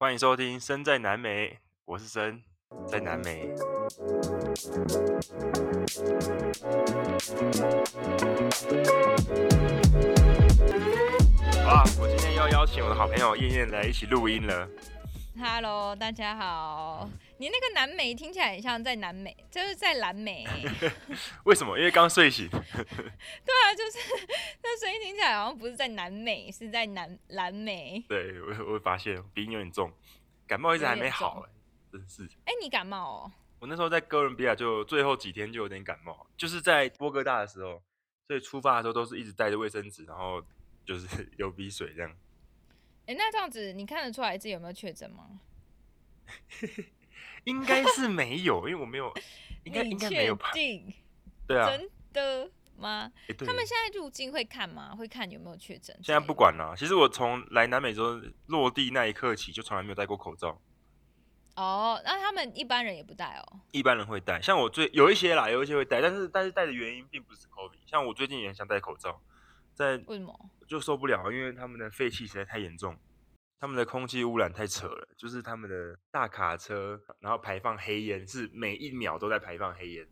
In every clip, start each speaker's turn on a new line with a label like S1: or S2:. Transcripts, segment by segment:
S1: 欢迎收听《身在南美》，我是身在南美。好啦，我今天要邀请我的好朋友燕燕来一起录音了。
S2: Hello，大家好。你那个南美听起来很像在南美，就是在南 美。对
S1: 为什么？因为刚睡醒。
S2: 啊，就是 那声音听起来好像不是在南美，是在南南美。
S1: 对我，我发现鼻音有点重，感冒一直还没好、
S2: 有
S1: 欸，真是。
S2: 哎、你感冒哦？
S1: 我那时候在哥伦比亚就最后几天就有点感冒，就是在波哥大的时候，所以出发的时候都是一直带着卫生纸，然后就是 流鼻水这样。
S2: 哎、那这样子你看得出来自己有没有确诊吗？
S1: 应该是没有，因为我没有，应该
S2: 你
S1: 应该没
S2: 确
S1: 有吧？
S2: 定
S1: 对啊，
S2: 真的吗？
S1: 诶对
S2: 他们现在入境会看吗？会看有没有确诊？
S1: 现在不。管了、其实我从来南美洲落地那一刻起，就从来没有戴过口罩。
S2: 哦，那他们一般人也不戴哦。
S1: 一般人会戴，像我最有一些啦，有一些会戴，但是但是戴的原因并不是 COVID。像我最近也很想戴口罩，在
S2: 为什么？
S1: 就受不了，因为他们的废气实在太严重，他们的空气污染太扯了，就是他们的大卡车，然后排放黑烟，是每一秒都在排放黑烟。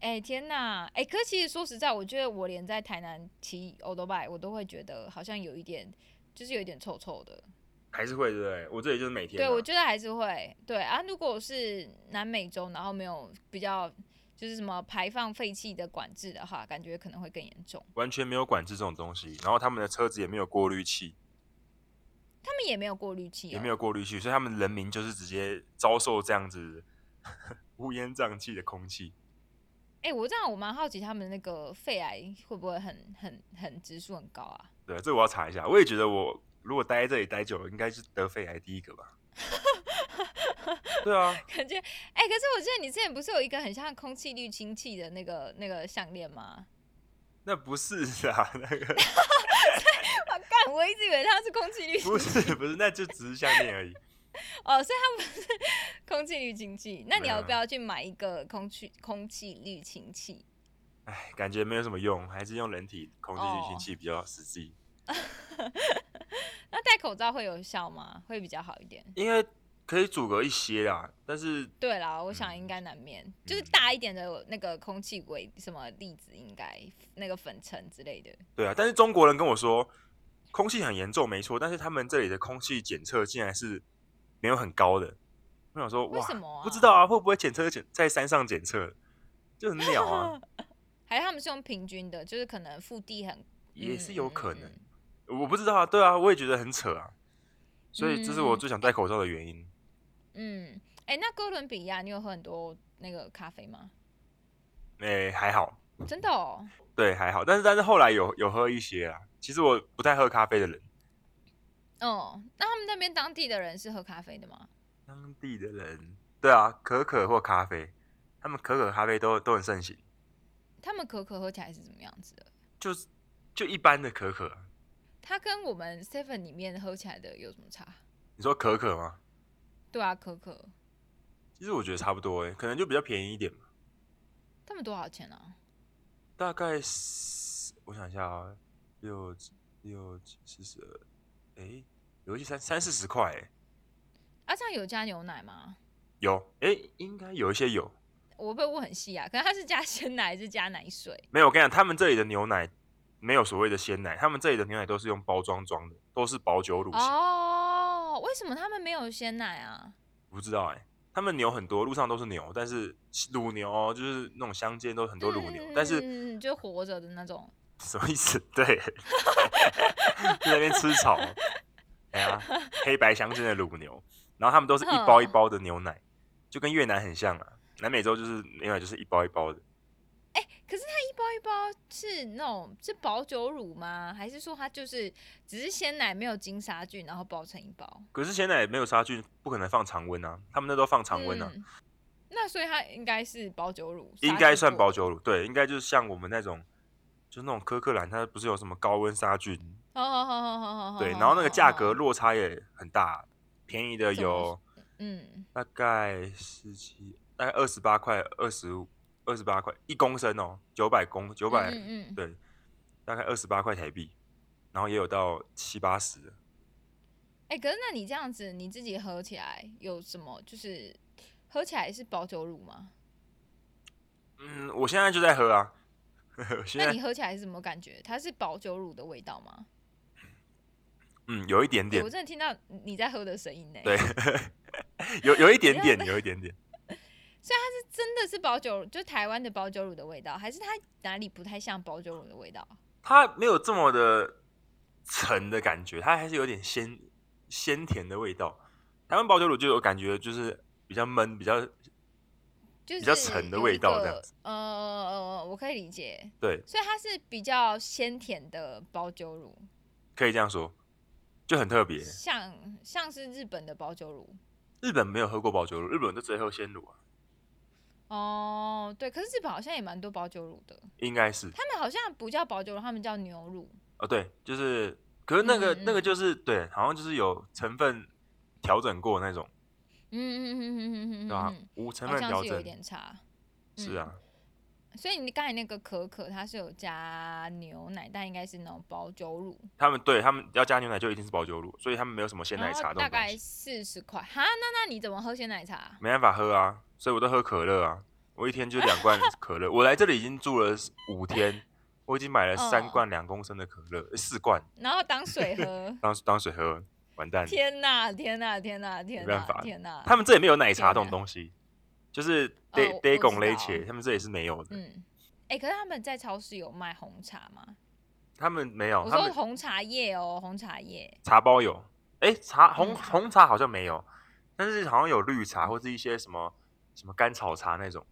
S2: 哎、天呐，哎、可是其实说实在，我觉得我连在台南骑欧多拜，我都会觉得好像有一点，就是有一点臭臭的。
S1: 还是会对不对？我这里就是每天啊、
S2: 对，我觉得还是会对啊。如果是南美洲，然后没有比较就是什么排放废气的管制的话，感觉可能会更严重。
S1: 完全没有管制这种东西，然后他们的车子也没有过滤器，
S2: 他们也没有过滤器、哦，
S1: 也没有过滤器，所以他们人民就是直接遭受这样子 乌烟瘴气的空气。
S2: 哎、我这样我蛮好奇他们那个肺癌会不会很很很指数很高啊？
S1: 对，这我要查一下。我也觉得我如果待在这里待久了，应该是得肺癌第一个吧。对啊，
S2: 感觉哎、可是我记得你之前不是有一个很像空气滤清器的那个那个项链吗？
S1: 那不是啊，那个
S2: 我干，我一直以为它是空气滤
S1: 不是不是，那就只是项链而已。
S2: 哦，所以它不是 空气滤清器。那你
S1: 对啊
S2: 要不要去买一个空气空气滤清器？
S1: 哎，感觉没有什么用，还是用人体空气滤清器比较实际。
S2: 那戴口罩会有效吗？会比较好一点。
S1: 因为可以阻隔一些啦，但是
S2: 对啦，我想
S1: 嗯
S2: 应该难免，就是大一点的那个空气为什么粒子应该那个粉尘之类的。
S1: 对啊，但是中国人跟我说，空气很严重，没错，但是他们这里的空气检测竟然是没有很高的。我想说，
S2: 为
S1: 哇，
S2: 什么啊
S1: 不知 道啊，会不会检测检在山上检测，就很鸟 啊，
S2: 还有他们是用平均的，就是可能腹地很
S1: 也是有可能
S2: 嗯嗯。
S1: 我不知道啊，对啊，我也觉得很扯啊，所以这是我最想戴口罩的原因。
S2: 嗯，哎、那哥伦比亚你有喝很多那个咖啡吗？
S1: 诶、还好，
S2: 真的哦，
S1: 对，还好，但是但是后来有有喝一些啊。其实我不太喝咖啡的人，
S2: 嗯，那他们那边当地的人是喝咖啡的吗？
S1: 当地的人，对啊，可可或咖啡，他们可可咖啡都都很盛行，
S2: 他们可可喝起来是怎么样子啊的？
S1: 就是就一般的可可啊。
S2: 它跟我们 seven 里面喝起来的有什么差？
S1: 你说可可吗？
S2: 对啊，可可，
S1: 其实我觉得差不多欸诶、可能就比较便宜一点嘛，
S2: 他们多少钱啊？
S1: 大概是我想一下啊，六六四十二，诶，有一些三三四十块欸诶、
S2: 啊，这样有加牛奶吗？
S1: 有诶、应该有一些有，
S2: 我被问很细啊，可能它是加鲜奶还是加奶水？
S1: 没有我跟你讲，他们这里的牛奶没有所谓的鲜奶，他们这里的牛奶都是用包装装的，都是保酒乳型，
S2: 哦，为什么他们没有鲜奶啊？
S1: 不知道诶、他们牛很多，路上都是牛，但是乳牛哦就是那种乡间都很多乳牛，但是
S2: 嗯就活着的那种。
S1: 什么意思？ 对，在那边吃草。哎呀，黑白相间的乳牛，然后他们都是一
S2: 嗯
S1: 包一包的牛奶，就跟越南很像啊。南美洲就是牛奶就是一包一包的，
S2: 可是它一包一包是那种是保酒乳吗？还是说它就是只是鲜奶没有金杀菌，然后包成一包？
S1: 可是鲜奶没有杀菌，不可能放常温啊。他们那都放常温啊，
S2: 嗯那所以它应该是保酒乳，
S1: 应该算保
S2: 保
S1: 酒乳，对，应该就是像我们那种，就是那种科克兰，它不是有什么高温杀菌，
S2: 哦哦哦哦哦哦，
S1: 对，然后那个价格
S2: 哦，
S1: 落差也很大，便宜的
S2: 怎么
S1: 有
S2: 嗯，
S1: 大概十七，大概二十八块，二十五，二十八块一公升哦，九百公九
S2: 五
S1: 百、
S2: 嗯嗯，
S1: 对，大概二十八块台币，然后也有到七八十的，
S2: 哎、可是那你这样子你自己喝起来有什么？就是喝起来是保酒乳吗？
S1: 嗯，我现在就在喝啊， 我现
S2: 那
S1: 在
S2: 你喝起来是什么感觉？它是保酒乳的味道吗？
S1: 嗯有一点
S2: 欸
S1: 点
S2: 我，真的听到你在喝的声音呢、
S1: 对， 有有一点
S2: 不要
S1: 点，有一点点。
S2: 是真的是保酒乳，就台湾的保酒乳的味道，还是它哪里不太像保酒乳的味道？
S1: 它没有这么的沉的感觉，它还是有点鲜鲜甜的味道。台湾保酒乳就有感觉，就是比较闷，比较
S2: 就
S1: 比
S2: 是
S1: 较沉的味道
S2: 有一个
S1: 这样子。
S2: 呃，我可以理解，
S1: 对，
S2: 所以它是比较鲜甜的保酒乳，
S1: 可以这样说，就很特别。
S2: 像像是日本的保酒乳。
S1: 日本没有喝过保酒乳，日本就直接喝鲜乳啊，
S2: 哦，对，可是日本好像也蛮多保酒乳的，
S1: 应该是
S2: 他们好像不叫保酒乳，他们叫牛乳。
S1: 哦，对，就是，可是那个、
S2: 嗯嗯
S1: 那个就是对，好像就是有成分调整过那种，
S2: 嗯嗯嗯嗯嗯嗯嗯
S1: 对吧、啊
S2: 嗯，
S1: 无成
S2: 好
S1: 分
S2: 像
S1: 调
S2: 是有一
S1: 整，
S2: 点差。嗯
S1: 是啊，
S2: 所以你刚才那个可可，它是有加牛奶，但应该是那种保酒乳，
S1: 他们对他们要加牛奶就一定是保酒乳，所以他们没有什么鲜奶
S2: 然
S1: 茶这
S2: 后
S1: 种
S2: 哦大
S1: 东
S2: 概
S1: 西，
S2: 四十块。哈，那那你怎么喝鲜奶茶？
S1: 没办法喝啊，所以我都喝可乐啊，我一天就两 罐可乐，我来这里已经住了五天，我已经买了三
S2: 嗯
S1: 罐两公升的可乐，呃四罐
S2: 然后当
S1: 。
S2: 水喝
S1: 当当水喝，完蛋了，
S2: 天呐，天呐，天呐，天
S1: 没办
S2: 呐
S1: 法，
S2: 天呐！
S1: 他们这里没有奶茶这
S2: 天
S1: 种
S2: 哪
S1: 东西，就是
S2: 啊哦
S1: day
S2: 我
S1: day
S2: 我
S1: 拱
S2: 知
S1: l
S2: 道
S1: 他们这里是没有的，
S2: 嗯，哎、可是他们在超市有卖红茶吗？
S1: 他们没有，
S2: 我
S1: 哦他
S2: 说
S1: 们
S2: 红茶叶哦，红茶叶。
S1: 茶包有，哎、茶红
S2: 嗯
S1: 红茶好像没有，但是好像有绿茶或是一些什么什么甘草茶那种，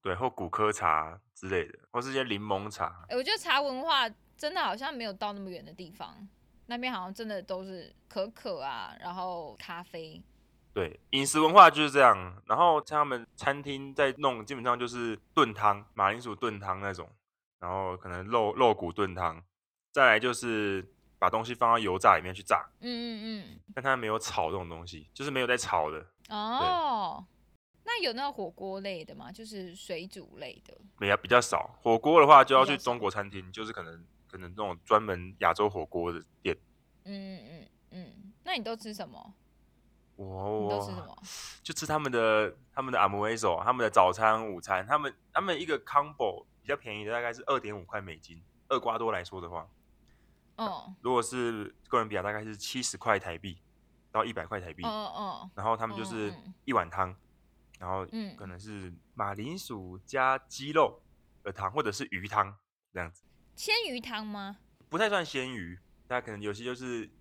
S1: 对，或骨科茶之类的，或是一些柠檬茶
S2: 哎、。我觉得茶文化真的好像没有到那么远的地方，那边好像真的都是可可啊，然后咖啡。
S1: 对，饮食文化就是这样。然后像他们餐厅在弄，基本上就是炖汤，马铃薯炖汤那种，然后可能肉肉骨炖汤，再来就是把东西放到油炸里面去炸，
S2: 嗯嗯
S1: 但它没有炒这种东西，就是没有在炒的，
S2: 嗯。哦，那有那个火锅类的吗？就是水煮类的。
S1: 比较比较少。火锅的话就要
S2: 比
S1: 去
S2: 较少
S1: 中国餐厅，就是可能可能那种专门亚洲火锅的店。
S2: 嗯嗯嗯嗯。那你都吃什么？
S1: 我
S2: 你都吃什
S1: 我
S2: 么？
S1: 就吃他们的他们的 Amway 他们的早餐、午餐，他们他们一个 combo 比较便宜的大概是二点五块美金，厄瓜多来说的话，
S2: 嗯
S1: 如果是哥伦比亚大概是七十块台币到一百块台币，
S2: 嗯嗯
S1: 然后他们就是
S2: 嗯嗯嗯
S1: 一碗汤，然后
S2: 嗯
S1: 可能是马铃薯加鸡肉的汤，或者是鱼汤这样子，
S2: 鲜鱼汤吗？
S1: 不太算鲜鱼，那可能有些就是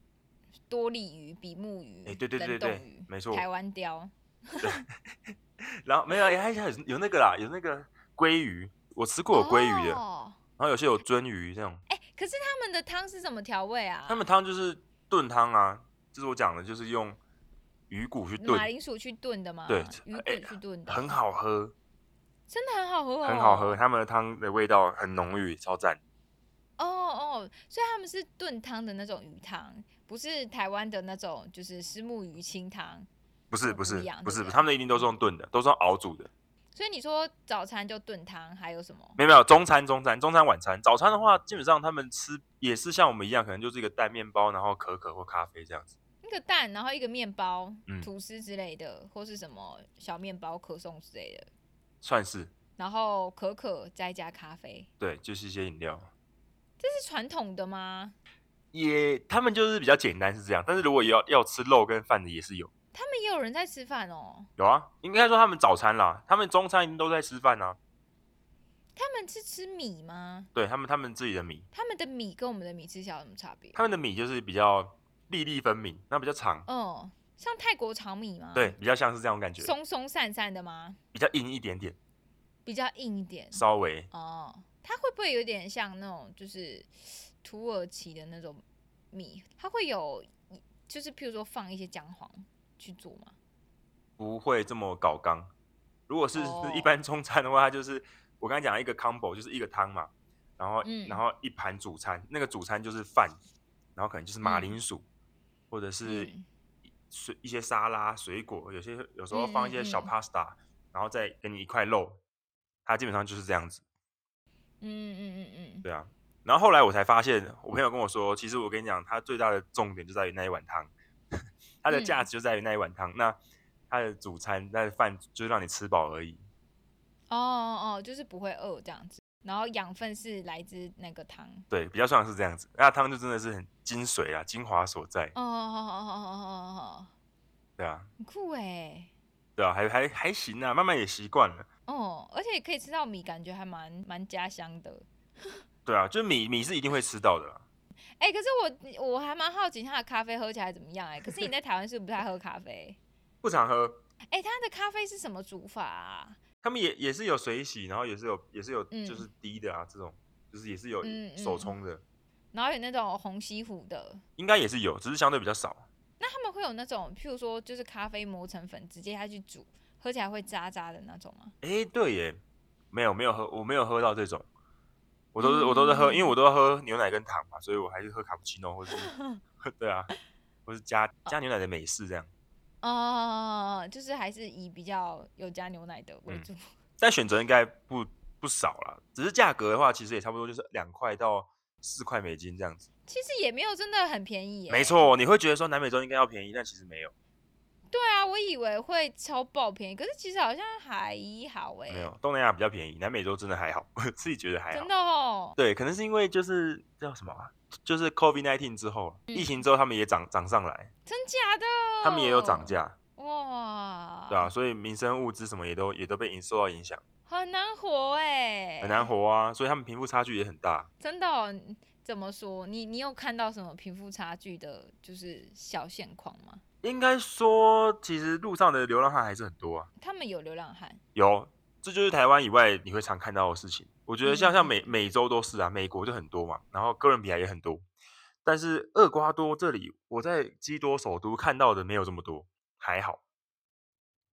S2: 多利鱼、比目鱼、
S1: 哎对对对
S2: 冷冻
S1: 对
S2: 鱼
S1: 没错
S2: 台湾鲷。
S1: 然后没有，哎还有有那个啦，有那个鲑鱼，我吃过有鲑鱼的，
S2: 哦
S1: 然后有些有鳟鱼这种，
S2: 哎、可是他们的汤是怎么调味啊？
S1: 他们汤就是炖汤啊，就是我讲的，就是用鱼骨去
S2: 马
S1: 炖，
S2: 铃薯去炖的吗？
S1: 对
S2: 鱼
S1: 哎
S2: 骨去炖的，
S1: 很，好喝，
S2: 真的很好喝、哦，
S1: 很好喝，。他们的汤的味道很浓郁，超赞。
S2: 哦哦，所以他们是炖汤的那种鱼汤，不是台湾的那种就是虱目鱼清汤。
S1: 不是
S2: 哦
S1: 不
S2: 不
S1: 是
S2: 一样
S1: 不
S2: 对
S1: 是，
S2: 不
S1: 不是
S2: 对
S1: 他们一定都是用炖的，都是用熬煮的。
S2: 所以你说早餐就炖汤，还有什么？
S1: 没有没有，中餐中餐中餐晚餐，早餐的话，基本上他们吃也是像我们一样，可能就是一个蛋面包，然后可可或咖啡这样子。
S2: 那个蛋，然后一个面包、
S1: 嗯
S2: 吐司之类的，或是什么小面包、可颂之类的，
S1: 算是
S2: 然后可可再加咖啡，
S1: 对，就是一些饮料。
S2: 这是传统的吗？
S1: 也，他们就是比较简单是这样，但是如果要要吃肉跟饭的也是有
S2: 他们也有人在吃饭哦。
S1: 有啊，应该说他们早餐啦，他们中餐一定都在吃饭啊，
S2: 他们是吃米吗？
S1: 对他们他们自己的米，
S2: 他们的米跟我们的米吃起来有什么差别？
S1: 他们的米就是比较粒粒分明，那比较长，
S2: 哦，像泰国炒米吗？
S1: 对，，比较像是这种感觉，
S2: 松松散散的吗？
S1: 比较硬一点点，
S2: 比较硬一点。
S1: 稍微
S2: 哦，它会不会有点像那种就是土耳其的那种米？它会有，就是譬如说放一些姜黄去做吗？
S1: 不会这么搞刚。如果是
S2: 哦
S1: 一般中餐的话，它就是我刚才讲的一个 combo，就是一个汤嘛，然后、
S2: 嗯
S1: 然后一盘主餐，那个主餐就是饭，然后可能就是马
S2: 嗯
S1: 铃薯，或者是
S2: 嗯
S1: 水一些沙拉、水果，有些有时候放一些小
S2: 嗯嗯嗯
S1: pasta，、然后再给你一块肉，它基本上就是这样子，
S2: 嗯嗯嗯嗯，
S1: 对啊。然后后来我才发现，我朋友跟我说，其实我跟你讲，它最大的重点就在于那一碗汤， 它的
S2: 嗯
S1: 价值就在于那一碗汤。那它的主餐，那饭就是让你吃饱而已。
S2: 哦哦哦，就是不会饿这样子，然后养分是来自那个汤。
S1: 对，比较像是这样子。那汤就真的是很精髓啊，精华所在。
S2: 哦哦哦哦哦哦哦，
S1: 对啊，
S2: 很酷哎。
S1: 对啊，还还还行啊，慢慢也习惯了。
S2: 哦，而且可以吃到米，感觉还蛮蛮家乡的。
S1: 对啊，就米米是一定会吃到的啦。
S2: 哎、可是我我还蛮好奇它的咖啡喝起来怎么样哎、可是你在台湾是不是不太喝咖啡？
S1: 不常喝，
S2: 哎、它的咖啡是什么煮法啊？
S1: 他们也也是有水洗，然后也是有也是有
S2: 嗯
S1: 就是滴的啊，这种就是也是有
S2: 嗯嗯
S1: 手冲的，
S2: 然后有那种红西湖的，
S1: 应该也是有，只是相对比较少。
S2: 那他们会有那种，譬如说就是咖啡磨成粉，直接下去煮，喝起来会渣渣的那种吗？
S1: 哎、对耶，没有没有喝，我没有喝到这种，我都是我都是
S2: 嗯
S1: 喝，因为我都要喝牛奶跟糖嘛，所以我还是喝卡布奇诺或 是对啊，或是加加牛奶的美式这样。
S2: 哦、就是还是以比较有加牛奶的为
S1: 嗯
S2: 主。
S1: 但选择应该不不少啦，只是价格的话，其实也差不多就是两块到四块美金这样子。
S2: 其实也没有真的很便宜耶、
S1: 没。错，你会觉得说南美洲应该要便宜，但其实没有，
S2: 对啊，我以为会超爆便宜，可是其实好像还好哎、
S1: 没有，东南亚比较便宜，南美洲真的还好，我自己觉得还好
S2: 真。的哦。
S1: 对，可能是因为就是叫什么、啊，就是 COVID 1 9之后，
S2: 嗯
S1: 疫情之后他们也涨涨上来，
S2: 真假的？
S1: 他们也有涨
S2: 哦
S1: 价，
S2: 哇，
S1: 对
S2: 哦
S1: 啊，所以民生物资什么也都也都被影受到影响，
S2: 很难活哎、
S1: 很难，活啊，所以他们贫富差距也很大。
S2: 真的哦、怎么说？你你有看到什么贫富差距的，就是小现况吗？
S1: 应该说，其实路上的流浪汉还是很多啊，
S2: 他们有流浪汉，
S1: 有，这就是台湾以外你会常看到的事情。我觉得像
S2: 嗯
S1: 像
S2: 嗯
S1: 美美洲都是啊，美国就很多嘛，然后哥伦比亚也很多，但是厄瓜多这里我在基多首都看到的没有这么多，还好，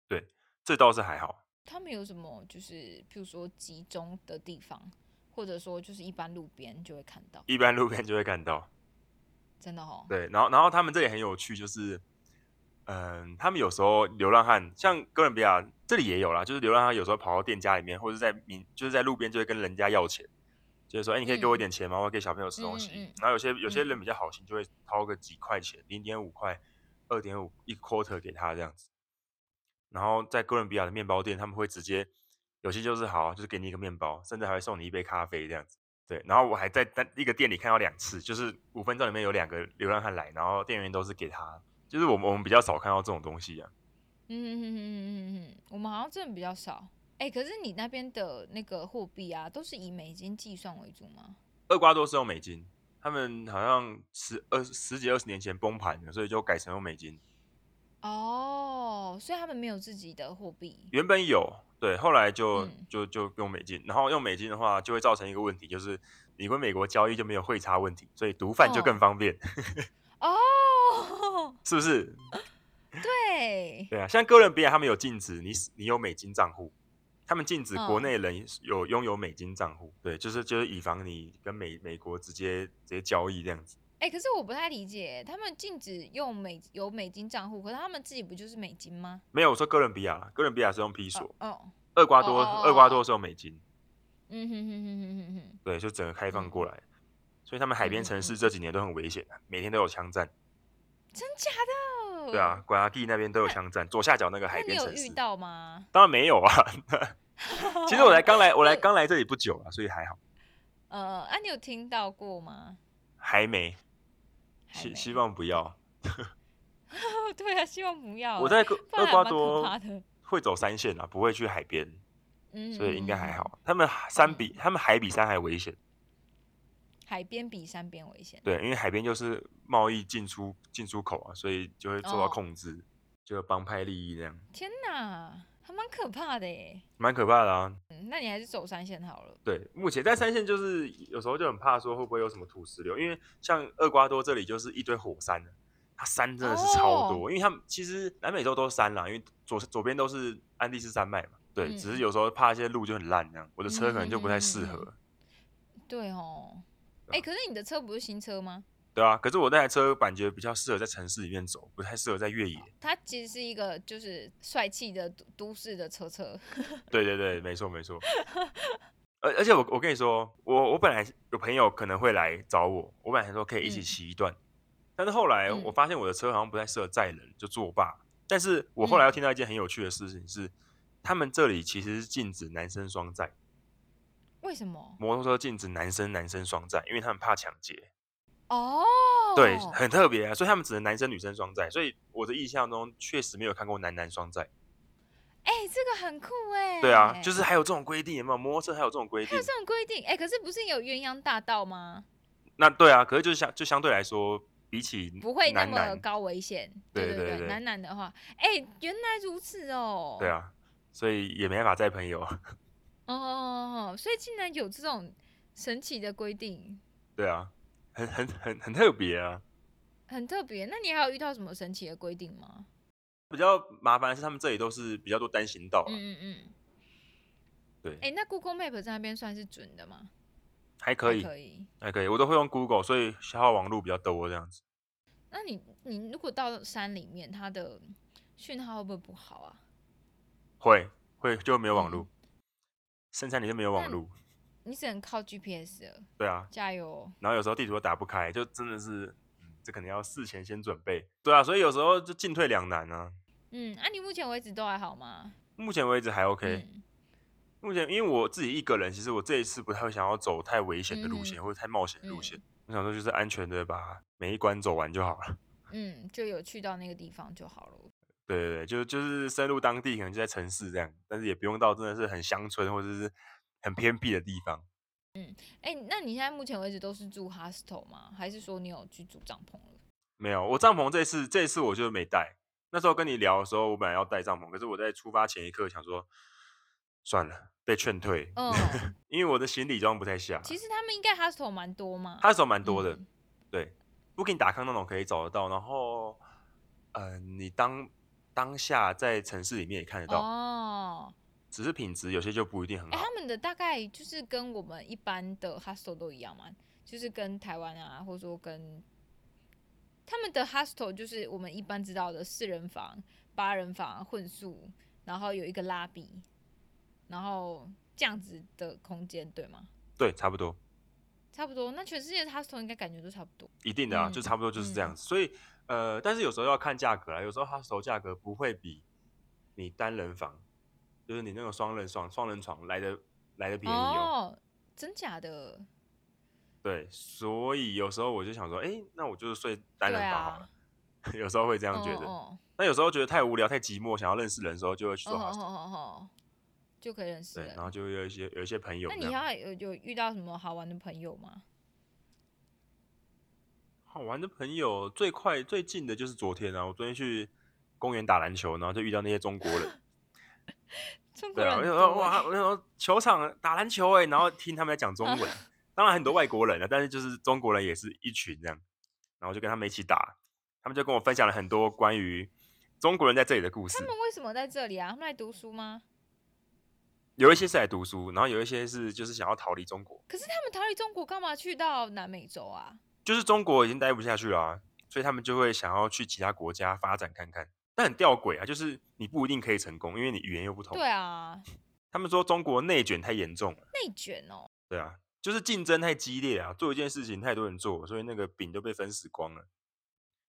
S1: 对，这倒是还好。
S2: 他们有什么就是，譬如说集中的地方，或者说就是一般路边就会看到，
S1: 一般路边就会看到。
S2: 真的哦。
S1: 对，然后然后他们这里很有趣，就是嗯，他们有时候流浪汉，像哥伦比亚这里也有啦，就是流浪汉有时候跑到店家里面，或者在民就是在路边就会跟人家要钱，就是说，哎、你可以给我一点钱吗？我给小朋友吃东西。
S2: 嗯嗯嗯嗯
S1: 然后有些有些人
S2: 嗯
S1: 比较好心，就会掏个几块钱，零点五块、二点五一 quarter 给他这样子。然后在哥伦比亚的面包店，他们会直接有些就是好，就是给你一个面包，甚至还会送你一杯咖啡这样子。对，然后我还在在一个店里看到两次，就是五分钟里面有两个流浪汉来，然后店员都是给他，就是我们我们比较少看到这种东西啊。
S2: 嗯嗯嗯嗯嗯嗯，我们好像真的比较少。哎、可是你那边的那个货币啊，都是以美金计算为主吗？
S1: 厄瓜多是用美金，他们好像十二十几二十年前崩盘了，所以就改成用美金。
S2: 哦，所以他们没有自己的货币。
S1: 原本有，对，后来就、
S2: 嗯
S1: 就就用美金，然后用美金的话，就会造成一个问题，就是你跟美国交易就没有汇差问题，所以毒贩就
S2: 哦
S1: 更方便，
S2: 哦，
S1: 是不是？
S2: 对，
S1: 对啊，像哥伦比亚他们有禁止你使你有美金账户，他们禁止国
S2: 嗯
S1: 内人有拥有美金账户，对，就是就是以防你跟美美国直接直接交易这样子。
S2: 哎、可是我不太理解，他们禁止用美有美金账户，可是他们自己不就是美金吗？
S1: 没有，我说哥伦比亚啦，哥伦比亚是用披索，
S2: 哦，哦
S1: 厄瓜多
S2: 哦哦哦
S1: 厄瓜多是用美金，
S2: 嗯哼哼哼哼哼哼，
S1: 对，就整个开放
S2: 嗯
S1: 过来，所以他们海边
S2: 嗯嗯
S1: 城市
S2: 嗯
S1: 这几年都很危险啊，每天都有枪战。
S2: 真假的？
S1: 对啊，，瓜地那边都有枪战，左下角那个海
S2: 那你
S1: 边
S2: 有
S1: 城
S2: 遇
S1: 市。
S2: 到哦吗？
S1: 当然没有啊， 其实我才刚来，我来刚来这里不久啊，所以还好，
S2: 呃，啊，你有听到过吗？
S1: 还没，
S2: 还
S1: 希
S2: 没
S1: 希望不要。
S2: 哦， 对啊，希望不要欸。
S1: 我在哥
S2: 不
S1: 厄
S2: 然还
S1: 瓜
S2: 蛮可
S1: 多
S2: 怕的
S1: 会走山线啊，不会去海边，
S2: 嗯，
S1: 所以应该还
S2: 嗯。嗯嗯
S1: 好。他们山比他们海比山还危险，
S2: 嗯海边比山边危险。
S1: 对，因为海边就是贸易进出进出口啊，所以就会受到
S2: 哦
S1: 控制，就有帮派利益这样，
S2: 天哪，还蛮可怕的耶。
S1: 蛮可怕的啊。
S2: 嗯，那你还是走山线好了。
S1: 对，目前在三线就是有时候就很怕说会不会有什么土石流，因为像厄瓜多这里就是一堆火山啊，它山真的是超多，
S2: 哦
S1: 因为他们其实南美洲都是山啦，因为左左边都是安第斯山脉嘛，对，
S2: 嗯
S1: 只是有时候怕一些路就很烂这样，我的车可能就不太适合，
S2: 嗯嗯对哦。哎、
S1: 啊
S2: 可是你的车不是新车吗？
S1: 对啊，可是我那台车感觉比较适合在城市里面走，不太适合在越野。
S2: 它其实是一个就是帅气的都都市的车车。
S1: 对对对，没错没错。 而而且我我跟你说，我我本来有朋友可能会来找我，我本来想说可以一起
S2: 嗯
S1: 骑一段，但是后来
S2: 嗯
S1: 我发现我的车好像不太适合载人，就作罢。但是我后来
S2: 嗯
S1: 又听到一件很有趣的事情是，他们这里其实是禁止男生双载，
S2: 为什么？
S1: 摩托车禁止男生男生双载，因为他们怕抢劫。
S2: 哦，
S1: 对，很特别啊，所以他们只能男生女生双载。所以我的印象中确实没有看过男男双载。
S2: 哎、这个很酷哎、
S1: 对啊，就是还有这种规定，有没有？摩托车还有这种规
S2: 还
S1: 定
S2: 有？这种规定哎、可是不是有鸳鸯大道吗？
S1: 那对啊，可是就是相就相对来说，比起
S2: 不会那
S1: 男
S2: 么
S1: 男，
S2: 高危险。
S1: 对
S2: 对
S1: 对对
S2: 男男的话，哎、原来如此哦。
S1: 对。啊，所以也没办法载朋友。
S2: 哦，所以竟然有这种神奇的规定，
S1: 对啊，很很很很特别啊。
S2: 很特别。那你还有遇到什么神奇的规定吗？
S1: 比较麻烦的是他们这里都是比较多单行道、啊，
S2: 嗯嗯嗯。
S1: 对
S2: 哎、那 Google Map 在那边算是准的吗？
S1: 还可以，
S2: 还可以。
S1: 还可以，我都会用 Google，所以消耗网路比较多这样子。
S2: 那你你如果到山里面，它的讯号会不会不好啊？
S1: 会会就没有网路
S2: 嗯，
S1: 深山里就没有网
S2: 但
S1: 路，
S2: 你只能靠 GPS 了，
S1: 对啊。
S2: 加油哦！
S1: 然后有时候地图又打不开，就真的是，嗯这可能要事前先准备。对啊，所以有时候就进退两难啊。
S2: 嗯，啊，你目前为止都还好吗
S1: 目前为止还 OK，、
S2: 嗯
S1: 目前因为我自己一个人，其实我这一次不太会想要走太危险的路线、
S2: 嗯
S1: 或者太冒险的路
S2: 嗯
S1: 线。我想说就是安全的把每一关走完就好了。
S2: 嗯，就有去到那个地方就好了。
S1: 对对对，就就是深入当地，可能就在城市这样，但是也不用到真的是很乡村或者是很偏僻的地方。
S2: 哎、那你现在目前为止都是住 hostel 吗？还是说你有去住帐篷了？
S1: 没有，我帐篷这次这次我就没带。那时候跟你聊的时候，我本来要带帐篷，可是我在出发前一刻想说，算了，被劝退，
S2: 嗯，
S1: 因为我的行李装不太下。
S2: 其实他们应该 hostel 蛮多嘛。
S1: 他手蛮多的，
S2: 嗯
S1: 对，Booking 打康那种可以找得到，然后，呃，你当当下在城市里面也看得到，
S2: 哦，
S1: 只是品质有些就不一定很
S2: 哎、
S1: 好
S2: 他。们的大概就是跟我们一般的 hostel 都一样嘛，就是跟台湾啊，或者说跟他们的 hostel 就是我们一般知道的四人房、八人房混宿，然后有一个拉比，然后这样子的空间，对吗？
S1: 对，差不多，
S2: 差不多，那全世界的 hostel 应该感觉都差不多。
S1: 一定的啊，就
S2: 嗯
S1: 差不多就是这样
S2: 嗯
S1: 子。所以，呃，但是有时候要看价格啊，有时候它手价格不会比你单人房，就是你那个双人床、双人床来的来的便宜哦。
S2: 哦，真假的？
S1: 对，所以有时候我就想说，哎、那我就是睡单人
S2: 对
S1: 房好
S2: 啊
S1: 了。 有时候会这样觉得，
S2: 哦
S1: 那有时候觉得太无聊、太寂寞，想要认识人的时候，就会去
S2: 哦哦
S1: 做
S2: 哦
S1: hostel。
S2: 哦哦，就可以认识
S1: 对，
S2: 人
S1: 然。后就会有一些有一些朋友
S2: 那
S1: 这
S2: 你
S1: 样，
S2: 还有有遇到什么好玩的朋友吗？
S1: 好玩的朋友最快最近的就是昨天啊，我昨天去公园打篮球，然后就遇到那些中国人，
S2: 中国
S1: 对
S2: 人
S1: 啊，我
S2: 很
S1: 就
S2: 多
S1: 说
S2: 欸
S1: 哇，我就说球场打篮球哎、然后听他们在讲中 文，当然很多外国人啊，但是就是中国人也是一群这样，然后就跟他们一起打，他们就跟我分享了很多关于中国人在这里的故事
S2: 他，们为什么在这里啊？他们来读书吗？
S1: 有一些是来读书，然后有一些是就是想要逃离中国，
S2: 可是他们逃离中国，干嘛去到南美洲啊？
S1: 就是中国已经待不下去了、啊，所以他们就会想要去其他国家发展看看。但很吊诡啊，就是你不一定可以成功，因为你语言又不同。
S2: 对啊，
S1: 他们说中国内卷太严重了，
S2: 内卷哦。
S1: 对啊，就是竞争太激烈啊，做一件事情太多人做，所以那个饼都被分死光了。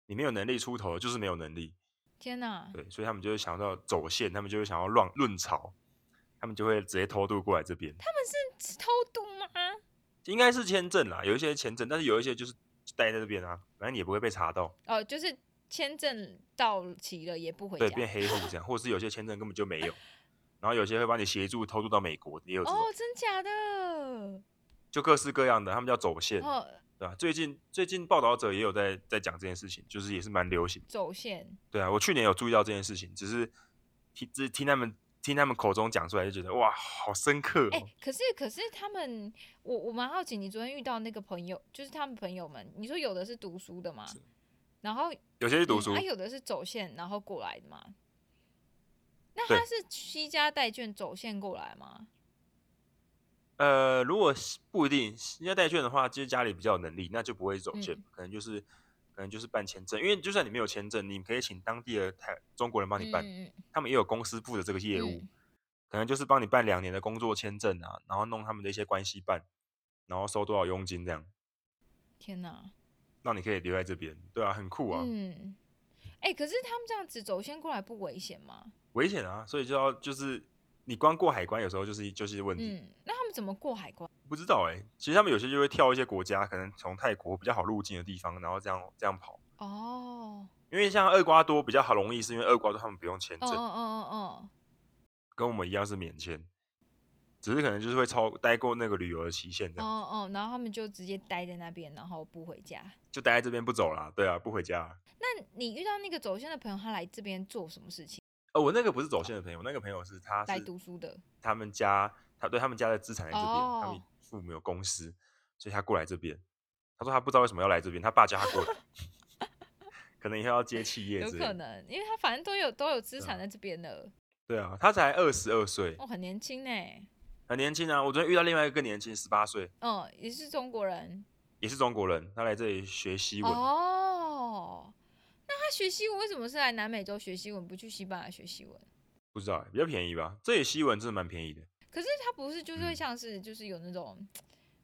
S1: 你没有能力出头，就是没有能力，
S2: 天哪！
S1: 对，所以他们就会想到走线，他们就会想要乱论潮，他们就会直接偷渡过来这边。
S2: 是偷渡吗？
S1: 应该是签证啦，有一些签证，但是有一些就是待在这边啊，反正也不会被查到。
S2: 哦，就是签证到期了也不回
S1: 对，
S2: 家
S1: 变。黑户这样，或者是有些签证根本就没有，然后有些会帮你协助偷渡到美国，也有这种，
S2: 哦，真假的？
S1: 就各式各样的，他们叫走线，
S2: 哦，
S1: 对吧、啊最近最近报道者也有在在讲这件事情，就是也是蛮流行，
S2: 走线。
S1: 对啊，我去年有注意到这件事情，只是听只是听他们听他们口中讲出来就觉得哇，好深刻
S2: 哎、
S1: 哦，
S2: 可是可是他们，我我蛮好奇，你昨天遇到那个朋友，就是他们朋友们，你说有的是读书的嘛，然后
S1: 有些是读
S2: 嗯
S1: 书
S2: 啊，，有的是走线然后过来的嘛。那
S1: 对
S2: 他是西家带卷走线过来吗？
S1: 呃，如果是不一定人家带券的话，就是家里比较有能力，那就不会走线，
S2: 嗯
S1: 可能就是可能就是办签证，因为就算你没有签证，你可以请当地的台中国人帮你办。
S2: 嗯嗯嗯
S1: 他们也有公司负责这个业务，
S2: 嗯
S1: 可能就是帮你办两年的工作签证啊，然后弄他们的一些关系办，然后收多少佣金这样。
S2: 天哪，
S1: 让你可以留在这边，对啊，很酷啊，
S2: 嗯，哎、可是他们这样子走先过来不危险吗？
S1: 危险啊，所以就要就是你光过海关有时候就是就是问题，
S2: 嗯，那他们怎么过海关？
S1: 不知道哎、其实他们有些就会跳一些国家，可能从泰国比较好入境的地方，然后这样这样跑，
S2: 哦，
S1: 因为像厄瓜多比较好容易，是因为厄瓜多他们不用签
S2: 哦
S1: 证，
S2: 哦哦哦，
S1: 跟我们一样是免签，只是可能就是会超待过那个旅游的期限这
S2: 哦
S1: 样，
S2: 哦哦，然后他们就直接待在那边，然后不回家。
S1: 就待在这边不走啦，对啊，不回家啦。
S2: 那你遇到那个走线的朋友，他来这边做什么事情？
S1: 呃，我那个不是走线的朋友，那个朋友是他
S2: 来
S1: 是
S2: 读书的。
S1: 他们家，他对他们家的资产在这边，他们
S2: 哦
S1: 父母有公司，所以他过来这边。他说他不知道为什么要来这边，他爸叫他过来， 可能以后要接企业
S2: 有
S1: 之类的。
S2: 可能，因为他反正都有都有资
S1: 对啊
S2: 产在这边了，
S1: 对啊，他才二十二岁，
S2: 哦，很年轻呢，
S1: 很年轻啊。我昨天遇到另外一个更年轻，十八岁，
S2: 嗯，也是中国人
S1: 也是中国人，他来这里学西文。
S2: 哦。那他学西文为什么是来南美洲学西文，不去西班牙学西文？
S1: 不知道、欸，比较便宜吧？这里西文真的蛮便宜的。
S2: 可是他不是就是会
S1: 嗯
S2: 像是就是有那种，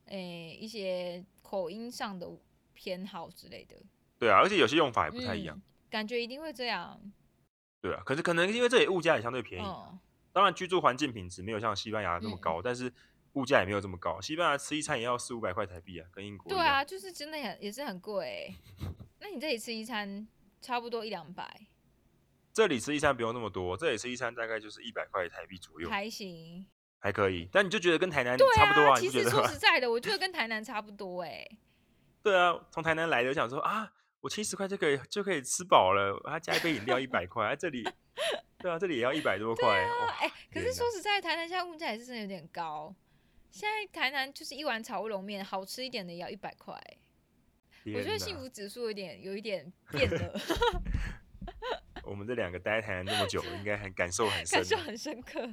S2: 诶、一些口音上的偏好之类的，
S1: 对啊，而且有些用法也不太一
S2: 嗯
S1: 样。
S2: 感觉一定会这样，
S1: 对啊，可是可能因为这里物价也相对便宜，
S2: 嗯，
S1: 当然居住环境品质没有像西班牙那么
S2: 嗯
S1: 高，但是物价也没有这么高。西班牙吃一餐也要四五百块台币啊，跟英国一
S2: 对
S1: 样
S2: 啊，就是真的很也是很贵 欸、那你这里吃一餐差不多一两百，
S1: 这里吃一餐不用那么多，这里吃一餐大概就是一百块台币左右，还
S2: 还行。
S1: 可以。但你就觉得跟台南
S2: 对
S1: 差不多
S2: 啊，
S1: 你
S2: 其
S1: 不觉
S2: 实
S1: 得
S2: 说
S1: 吗
S2: 实？在的，我觉得跟台南差不多哎、
S1: 对啊，从台南来的，我想说啊，我七十块就可以就可以吃饱了，还加一杯饮料一百块，啊这 里，对啊，这里也要一百多块。哦
S2: 哎、可
S1: 天
S2: 是
S1: 哪
S2: 说实在，台南现在物价也是真的有点高。现在台南就是一碗炒乌龙面，好吃一点的也要一百块欸。我
S1: 天
S2: 觉得
S1: 哪
S2: 幸福指数有点有一点 变了，
S1: 我们这两个待在台南那么久，应该很感受很深
S2: 感受
S1: 啊。
S2: 很深刻。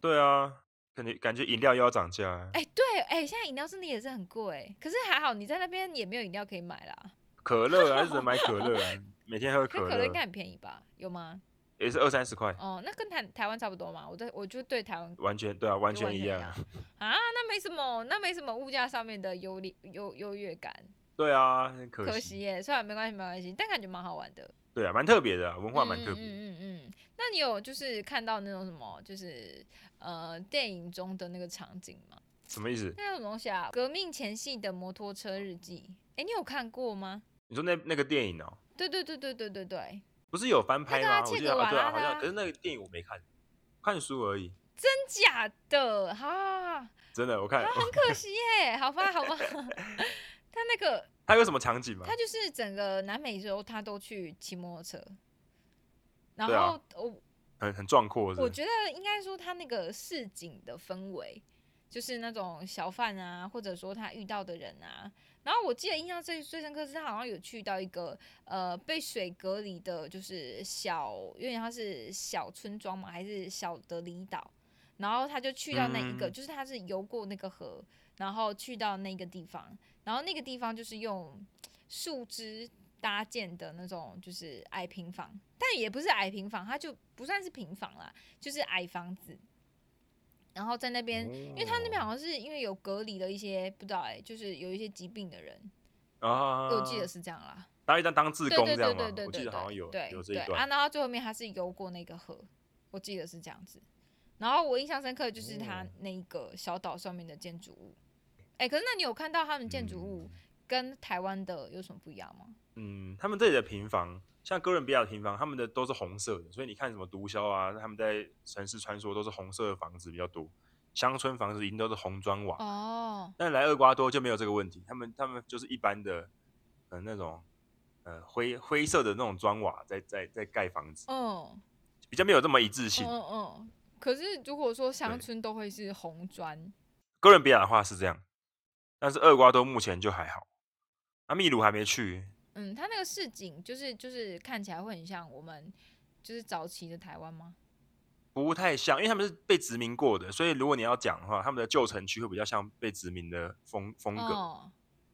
S1: 对啊，感觉感觉饮料又要涨价啊，
S2: 哎、对，哎、现在饮料真的也是很贵欸，可是还好你在那边也没有饮料可以买啦。
S1: 可乐啊，还只能买 可乐啊，每天喝
S2: 可
S1: 可
S2: 可乐
S1: 乐
S2: 应该很便宜吧？有吗？
S1: 也是二三十块，
S2: 哦，那跟台台湾差不多嘛。我对我就对台湾
S1: 完全对啊，完
S2: 就完
S1: 全一
S2: 全一
S1: 样
S2: 样
S1: 啊。
S2: 啊，那没什么，那没什么物价上面的优劣优优越感。
S1: 对啊，很
S2: 可惜耶，虽然没关系没关系，但感觉蛮好玩的，
S1: 对啊，蛮特别的啊，文化蛮
S2: 嗯
S1: 特别
S2: 嗯
S1: 的。
S2: 嗯嗯嗯，那你有就是看到那种什么，就是呃电影中的那个场景吗？
S1: 什么意思？
S2: 那种东西啊，革命前夕的摩托车日记，哎、你有看过吗？
S1: 你说那那个电影哦，
S2: 对对对对对对对，
S1: 不是有翻拍
S2: 那个啊
S1: 吗？我记
S2: 切
S1: 得
S2: 格
S1: 啊，对啊，
S2: 瓦
S1: 好
S2: 拉
S1: 像，
S2: 的
S1: 可是那个电影我没看，看书而已。
S2: 真假的哈，
S1: 真的，我看
S2: 很可惜耶， 好吧好吧，他那个
S1: 它有什么场景吗
S2: 他？就是整个南美洲他都去骑摩托车，然
S1: 对啊
S2: 后我
S1: 很很壮阔，是
S2: 我
S1: 不是
S2: 觉得应该说他那个市井的氛围，就是那种小贩啊，或者说他遇到的人啊。然后我记得印象最最深刻是他好像有去到一个呃被水隔离的，就是小有点像是小村庄嘛，还是小的离岛。然后他就去到那一个，
S1: 嗯
S2: 就是他是游过那个河，然后去到那个地方，然后那个地方就是用树枝搭建的那种，就是矮平房，但也不是矮平房，它就不算是平房啦，就是矮房子。然后在那边，
S1: 哦
S2: 因为他那边好像是因为有隔离了一些不知道哎、就是有一些疾病的人，
S1: 啊，
S2: 我记得是这样啦。
S1: 当一当当志
S2: 对
S1: 工
S2: 对
S1: 这
S2: 对
S1: 样
S2: 对
S1: 吗
S2: 对？
S1: 我
S2: 对
S1: 记得好像
S2: 对
S1: 有
S2: 对
S1: 有这
S2: 对
S1: 一
S2: 啊，
S1: 段。
S2: 然后最后面他是游过那个河，我记得是这样子。然后我印象深刻的就是他
S1: 哦
S2: 那一个小岛上面的建筑物，哎、可是那你有看到他们建筑物跟台湾的有什么不一样吗？
S1: 嗯，他们这里的平房，像哥伦比亚的平房，他们的都是红色的，所以你看什么毒枭啊，他们在城市穿梭都是红色的房子比较多，乡村房子一定都是红砖瓦。
S2: 哦，
S1: 但来厄瓜多就没有这个问题，他们他们就是一般的，呃，那种呃灰灰色的那种砖瓦在在在盖房子，
S2: 嗯，
S1: 比较没有这么一致性
S2: 嗯。嗯嗯。可是如果说乡
S1: 对
S2: 村都会是红砖，
S1: 哥伦比亚的话是这样，但是厄瓜多目前就还好。那、秘鲁还没去，
S2: 嗯，它那个市井就是就是看起来会很像我们就是早期的台湾吗？
S1: 不太像，因为他们是被殖民过的，所以如果你要讲的话，他们的旧城区会比较像被殖民的风风格，
S2: 哦，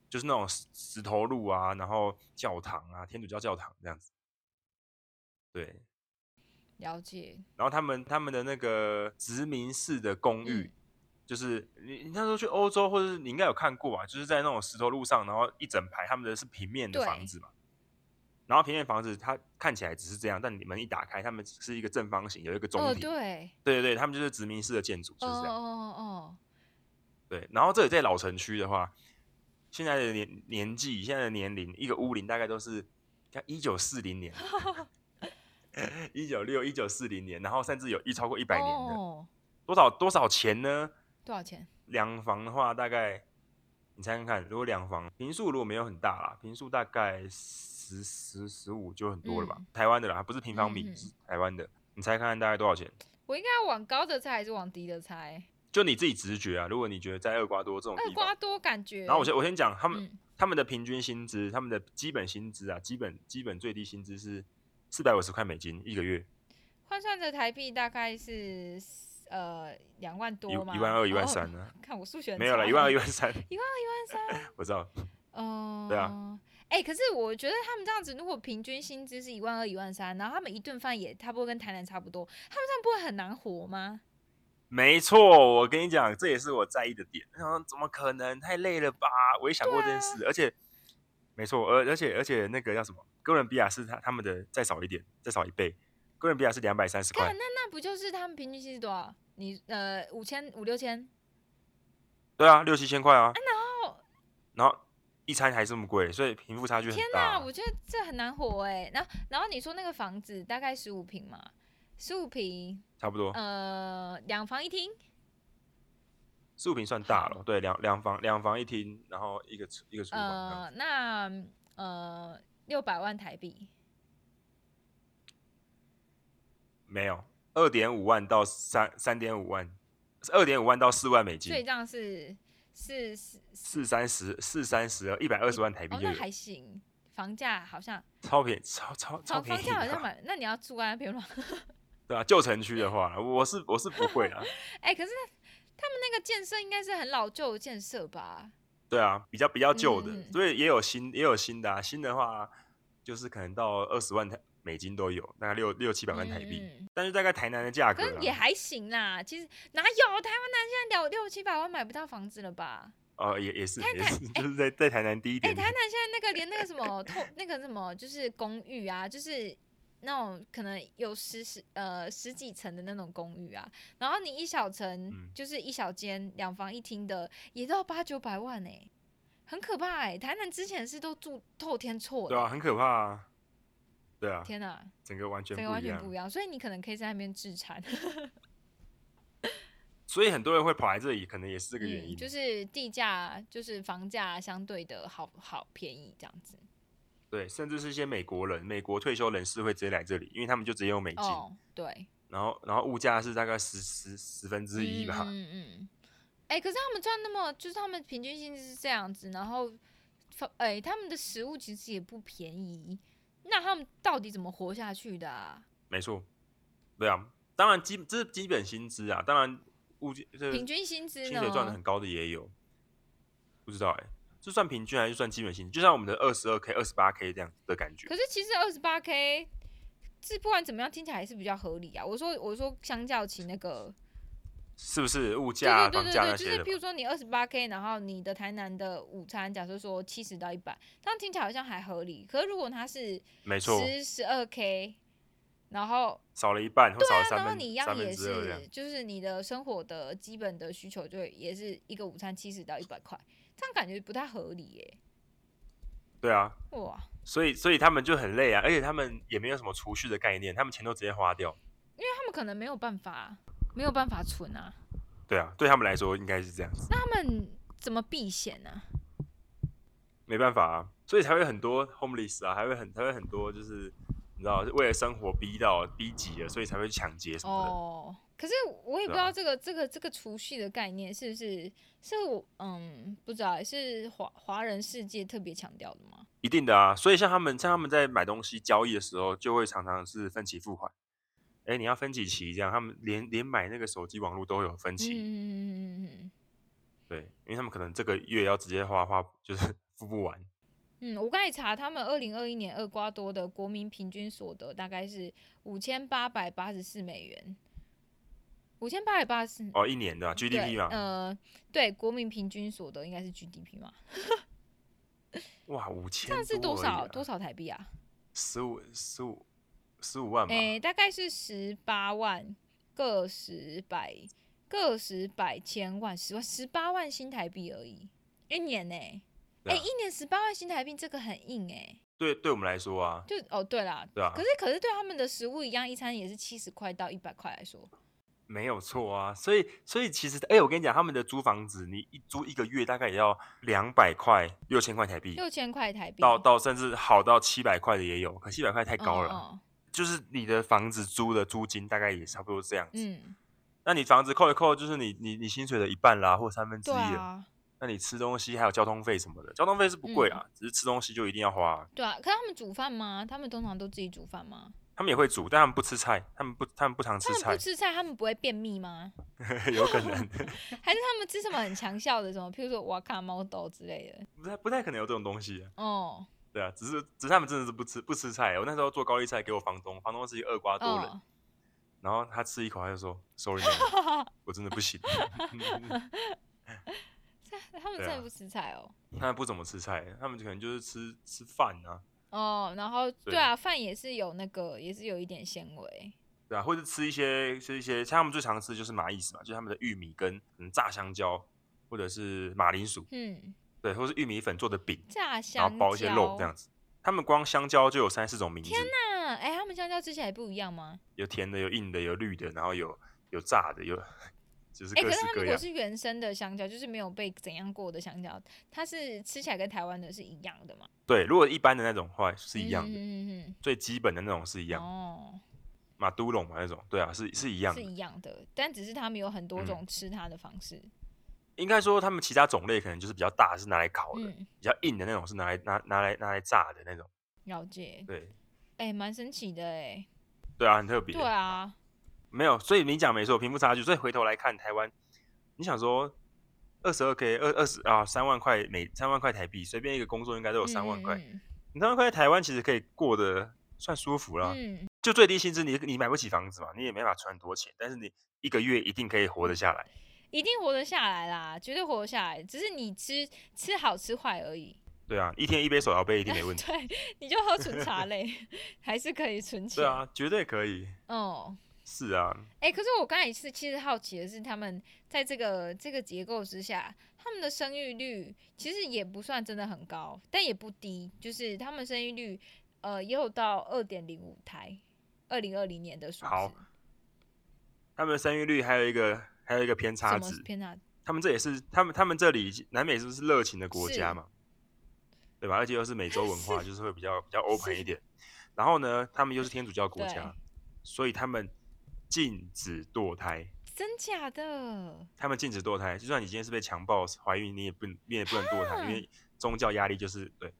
S1: 就是那种石石头路啊，然后教堂啊，天主教教堂这样子。对，
S2: 了解。
S1: 然后他们他们的那个殖民式的公寓，
S2: 嗯
S1: 就是你你那时候去欧洲，或者是你应该有看过吧，就是在那种石头路上，然后一整排他们的是平面的
S2: 对
S1: 房子嘛。然后平面房子它看起来只是这样，但你门一打开，他们是一个正方形，有一个中
S2: 哦，
S1: 庭。
S2: 对，
S1: 对对对，他们就是殖民式的建筑，就
S2: 哦
S1: 是这样。
S2: 哦
S1: 对，然后这里在老城区的话，现在的年年纪，现在的年龄，一个屋龄大概都是像一九四零 年、一九六、一九四零年，然后甚至有一超过一
S2: 哦
S1: 百年的，
S2: 哦，
S1: 多少多少钱呢？
S2: 多少钱？
S1: 两房的话，大概你猜看看，如果两房平数如果没有很大啦，平数大概十十十五就很多了吧？
S2: 嗯
S1: 台湾的啦，不是平方米，
S2: 嗯嗯
S1: 是台湾的。你猜看看大概多少钱？
S2: 我应该要往高的猜还是往低的猜？
S1: 就你自己直觉啊。如果你觉得在厄瓜多这种
S2: 厄
S1: 地
S2: 瓜
S1: 方，
S2: 多感觉。
S1: 然后我先我先讲他们、
S2: 嗯，
S1: 他们的平均薪资，他们的基本薪资啊，基本基本最低薪资是四百五十块美金一个月，
S2: 换算成台币大概是呃两万
S1: 一
S2: 多嘛，
S1: 一万二、一万
S2: 哦
S1: 三。呢？
S2: 看我数学很
S1: 没有
S2: 差
S1: 了，一万二、一 万三，
S2: 一万三，
S1: 我知道。
S2: 嗯，
S1: 对啊。
S2: 哎、可是我觉得他们这样子，如果平均薪资是一万二、一万三，然后他们一顿饭也差不多跟台南差不多，他们这样不会很难活吗？
S1: 没错，我跟你讲，这也是我在意的点。我想说怎么可能？太累了吧？我也想过这
S2: 啊
S1: 件事，而且，没错，而而且而且那个叫什么？哥伦比亚是他他们的再少一点，再少一倍。哥伦比亚是两百三十块
S2: 看，那那不就是他们平均薪资多少？你呃五千五六千，
S1: 对啊，六七千块啊。
S2: 然后
S1: 然后一餐还这么贵，所以贫富差距很
S2: 天
S1: 大啊。
S2: 我觉得这很难活哎、然后然后你说那个房子大概十五平嘛，十五平，
S1: 差不多，
S2: 呃，两房一厅，
S1: 四五平算大
S2: 好
S1: 了，对，两两房两房一厅，然后一个厨一个厨房这样子，
S2: 呃，那呃六百万台币，
S1: 没有二点五万到三三点五万，二点五万到四万美
S2: 所以
S1: 金，
S2: 这样是是是
S1: 四三十四三十二一百二十万台币
S2: 哦，
S1: 就
S2: 那
S1: 有，
S2: 还行，房价好像
S1: 超便宜，超超超
S2: 房
S1: 便
S2: 房
S1: 宜
S2: 价好
S1: 的
S2: 像
S1: 啊，
S2: 蛮，那你要住在那边吗？
S1: 对啊，旧城区的话，我是我是不 会啊，
S2: 哎、可是他们那个建设应该是很老旧的建设吧？
S1: 对啊，比较比较旧的
S2: 嗯嗯，嗯
S1: 所以也有新也有新的啊，新的话就是可能到二十万台美金都有，大概六六七百万台币，
S2: 嗯嗯嗯
S1: 但是大概台南的价格
S2: 可是
S1: 啊
S2: 也还行啦，其实哪有台湾男现在六六七百万买不到房子了吧？
S1: 哦，也也是
S2: 台
S1: 也
S2: 南
S1: 是，就是在在台南低一
S2: 哎、
S1: 点
S2: 台
S1: 点。
S2: 南现在那个连那个什么透那个什么就是公寓啊，就是那种可能有十十呃十几层的那种公寓啊，然后你一小层、
S1: 嗯
S2: 就是一小间两房一厅的，也都要八九百万哎、很可怕哎、台南之前是都住透天错的、
S1: 对啊，很可怕啊。对啊，
S2: 天哪、
S1: 整个完全
S2: 这个完
S1: 不一
S2: 全
S1: 样。
S2: 不一样，所以你可能可以在那边置产，
S1: 所以很多人会跑来这里，可能也是这个原因。
S2: 嗯、就是地价就是房价相对的好好便宜这样子
S1: 对，甚至是一些美国人，美国退休人士会直接来这里，因为他们就直接用美金，
S2: 哦，对。
S1: 然后然后物价是大概十十十分之一吧。
S2: 嗯嗯嗯。哎、可是他们赚那么，就是他们平均薪资是这样子，然后，哎、他们的食物其实也不便宜，那他们到底怎么活下去的啊？
S1: 没错，对啊，当然基这是基本薪资啊，当然物价这
S2: 平均薪资
S1: 薪
S2: 呢？
S1: 水赚的很高的也有，不知道哎、这算平均还是算基本薪？就像我们的二十二 k、二十八 k 这样的感觉
S2: 可。是其实二十八 k，这不管怎么样听起来还是比较合理啊。我说我说，相较起那个，
S1: 是不是物
S2: 对
S1: 价啊、
S2: 对对
S1: 房价
S2: 对
S1: 那
S2: 对，就
S1: 些
S2: 是
S1: 的
S2: 譬如
S1: 嘛？
S2: 说你二十八 k，然后你的台南的午餐，假设说七十到一百，这样听起来好像还合理。可是如果它是
S1: 没错，
S2: 十十二 k，然后
S1: 少了一半或少了三
S2: 啊然后
S1: 分
S2: 你一
S1: 三
S2: 样
S1: 分
S2: 也
S1: 之二这样
S2: 是，，就是你的生活的基本的需求，就会也是一个午餐七十到一百块，这样感觉不太合理耶、
S1: 对啊，
S2: 哇，
S1: 所以所以他们就很累啊，而且他们也没有什么储蓄的概念，他们钱都直接花掉。
S2: 他们可能没有办法，没有办法存啊，
S1: 对啊，对他们来说应该是这样子，
S2: 那他们怎么避险呢、啊？
S1: 没办法啊，所以才会很多 homeless 啊，还会很才会很多就是你知道为了生活逼到逼急了，所以才会抢劫什么的。
S2: 哦，可是我也不知
S1: 对啊
S2: 道这个、这个这个储蓄的概念是不是是我嗯不知道是华华人世界特别强调的吗？
S1: 一定的啊，所以像他们像他们在买东西交易的时候，就会常常是分期付款。哎，你要分几期这样？他们连连买那个手机网络都有分
S2: 嗯
S1: 期，
S2: 嗯嗯嗯嗯
S1: 对，因为他们可能这个月要直接花花就是 付不完。
S2: 嗯，我刚才查，他们二零二一年厄瓜多的国民平均所得大概是五千八百八十四美元，五千八百八十
S1: 哦，一年的啊
S2: 嗯
S1: GDP 嘛，
S2: 呃，对，国民平均所得应该是 GDP 嘛，
S1: 哇，五千
S2: 这样是多少多少台币啊？
S1: 十五十五十五万吧，
S2: 诶、大概是十八万，个十百，个十百千万十万十八万新台币而已，一年呢、
S1: 对
S2: 诶、
S1: 啊
S2: 一年十八万新台币，这个很硬诶、
S1: 对对我们来说啊，
S2: 就哦，对啦，
S1: 对啊
S2: 可，是可是对他们的食物一样，一餐也是七十块到一百块来说，
S1: 嗯没有错啊，所以所以其实，哎、我跟你讲，他们的租房子，你一租一个月大概也要两百块、六千块台币，
S2: 六千块台币
S1: 到到甚至好到七百块的也有，可七百块太高了啊，
S2: 嗯
S1: 就是你的房子租的租金大概也差不多这样子。
S2: 嗯，嗯
S1: 那你房子扣一扣，就是你你你薪水的一半啦，或三分之一
S2: 对
S1: 了。
S2: 啊。
S1: 那你吃东西还有交通费什么的，交通费是不贵
S2: 嗯
S1: 啊，只是吃东西就一定要花啊、
S2: 对啊，可是他们煮饭吗？他们通常都自己煮饭吗？
S1: 他们也会煮，但他们不吃菜，他们不他们不常吃
S2: 他们
S1: 菜
S2: 不，吃菜，他们不会便秘吗？
S1: 有可能
S2: 还是他们吃什么很强效的什么，譬如说瓦卡猫豆之类的？
S1: 不太不太可能有这种东西啊、
S2: 哦，
S1: 对啊，只是只是他们真的是不吃不吃菜。我那时候做高丽菜给我房东，房东是一个厄瓜多人，
S2: 哦，
S1: 然后他吃一口他就说 sorry，man，我真的不行。
S2: 他们真
S1: 啊
S2: 的不吃菜哦。
S1: 他们不怎么吃菜，他们可能就是吃吃饭啊，
S2: 哦，然后对啊，饭也是有那个，也是有一点纤维。
S1: 对啊，或者吃一些吃一些，像他们最常吃的就是马意思嘛，就是他们的玉米跟嗯炸香蕉，或者是马铃薯，
S2: 嗯，
S1: 对，或是玉米粉做的饼，
S2: 炸
S1: 然
S2: 香
S1: 后
S2: 蕉
S1: 包一些肉这样子。他们光香蕉就有三四种名字，
S2: 那哎、他们香蕉吃起来不一样吗？
S1: 有甜的，有硬的，有绿的，然后有有炸的，有就是
S2: 哎、
S1: 各
S2: 可
S1: 式
S2: 是他们
S1: 各
S2: 如果
S1: 样。
S2: 是原生的香蕉，就是没有被怎样过的香蕉，它是吃起来跟台湾的是一样的嘛？
S1: 对，如果一般的那种话是一样的，
S2: 嗯嗯嗯
S1: 最基本的那种是一
S2: 嗯。
S1: 样，
S2: 哦。
S1: 马都龙嘛那种，对啊，是是一样
S2: 是
S1: 的。嗯
S2: 一样的，但只是他们有很多种吃它的方式。
S1: 应该说他们其他种类可能就是比较大，是拿来烤的；
S2: 嗯，
S1: 比较硬的那种是拿来拿拿来拿来炸的那种。
S2: 了解。
S1: 对
S2: 哎、蛮神奇的哎、
S1: 对啊，很特别。
S2: 对啊，
S1: 没有，所以你讲没错，贫富差距。所以回头来看台湾，你想说二十二 k 二二十啊三万块每三万块台币，随便一个工作应该都有三万块。
S2: 嗯
S1: 你三万块在台湾其实可以过得算舒服啦，
S2: 嗯嗯
S1: 就最低薪资你你买不起房子嘛，你也没法存很多钱，但是你一个月一定可以活得下来。
S2: 一定活得下来啦，绝对活得下来。只是你吃吃好吃坏而已。
S1: 对啊，一天一杯手摇杯一定没问题。
S2: 对，你就喝纯茶类， 还是可以存钱。
S1: 对 啊，绝对可以。
S2: 哦，
S1: 是啊，
S2: 哎、可是我刚才是其实好奇的是，他们在这个这个结构之下，他们的生育率其实也不算真的很高，但也不低，就是他们生育率呃也有到二点零五胎，二零二零年的数字。
S1: 好他们的生育率还有一个还有一个偏差
S2: 什么
S1: 值，
S2: 偏差？
S1: 他们这也是他们他们这里南美洲是热情的国家
S2: 是
S1: 嘛，对吧？而且又是美洲文 化，就是会比较比较 open 一点。然后呢，他们又是天主教国
S2: 对
S1: 家，所以他们禁止堕胎，
S2: 真假的？
S1: 他们禁止堕胎。就算你今天是被强暴怀孕，你也不你也不能堕胎，
S2: 嗯
S1: 因为宗教压力就是对。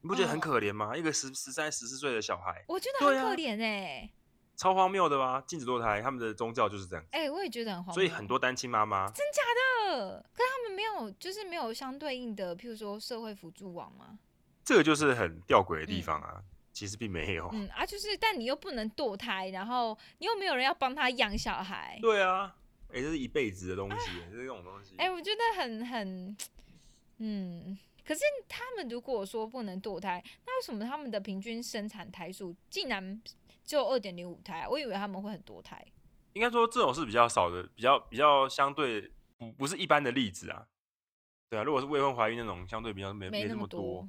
S1: 你不觉得很
S2: 哦
S1: 可怜吗？一个十十三、十四岁的小孩，
S2: 我觉得很
S1: 对啊
S2: 可怜哎、
S1: 超荒谬的吧？禁止堕胎，他们的宗教就是这样。
S2: 哎、我也觉得很荒谬。
S1: 所以很多单亲妈妈，
S2: 呃，可是他们没有，就是没有相对应的，譬如说社会辅助网嘛。
S1: 这个就是很吊诡的地
S2: 嗯
S1: 方啊。其实并没有。
S2: 嗯啊，就是但你又不能堕胎，然后你又没有人要帮他养小孩。
S1: 对啊，哎、这是一辈子的东西耶，这种东西。
S2: 哎、我觉得很很，嗯，可是他们如果说不能堕胎，那为什么他们的平均生产台数竟然只有二点零五胎啊、我以为他们会很多胎。
S1: 应该说这种是比较少的，比较比较相对不不是一般的例子啊。对啊，如果是未婚怀孕那种，相对比较没没
S2: 没那
S1: 这
S2: 么
S1: 么
S2: 多，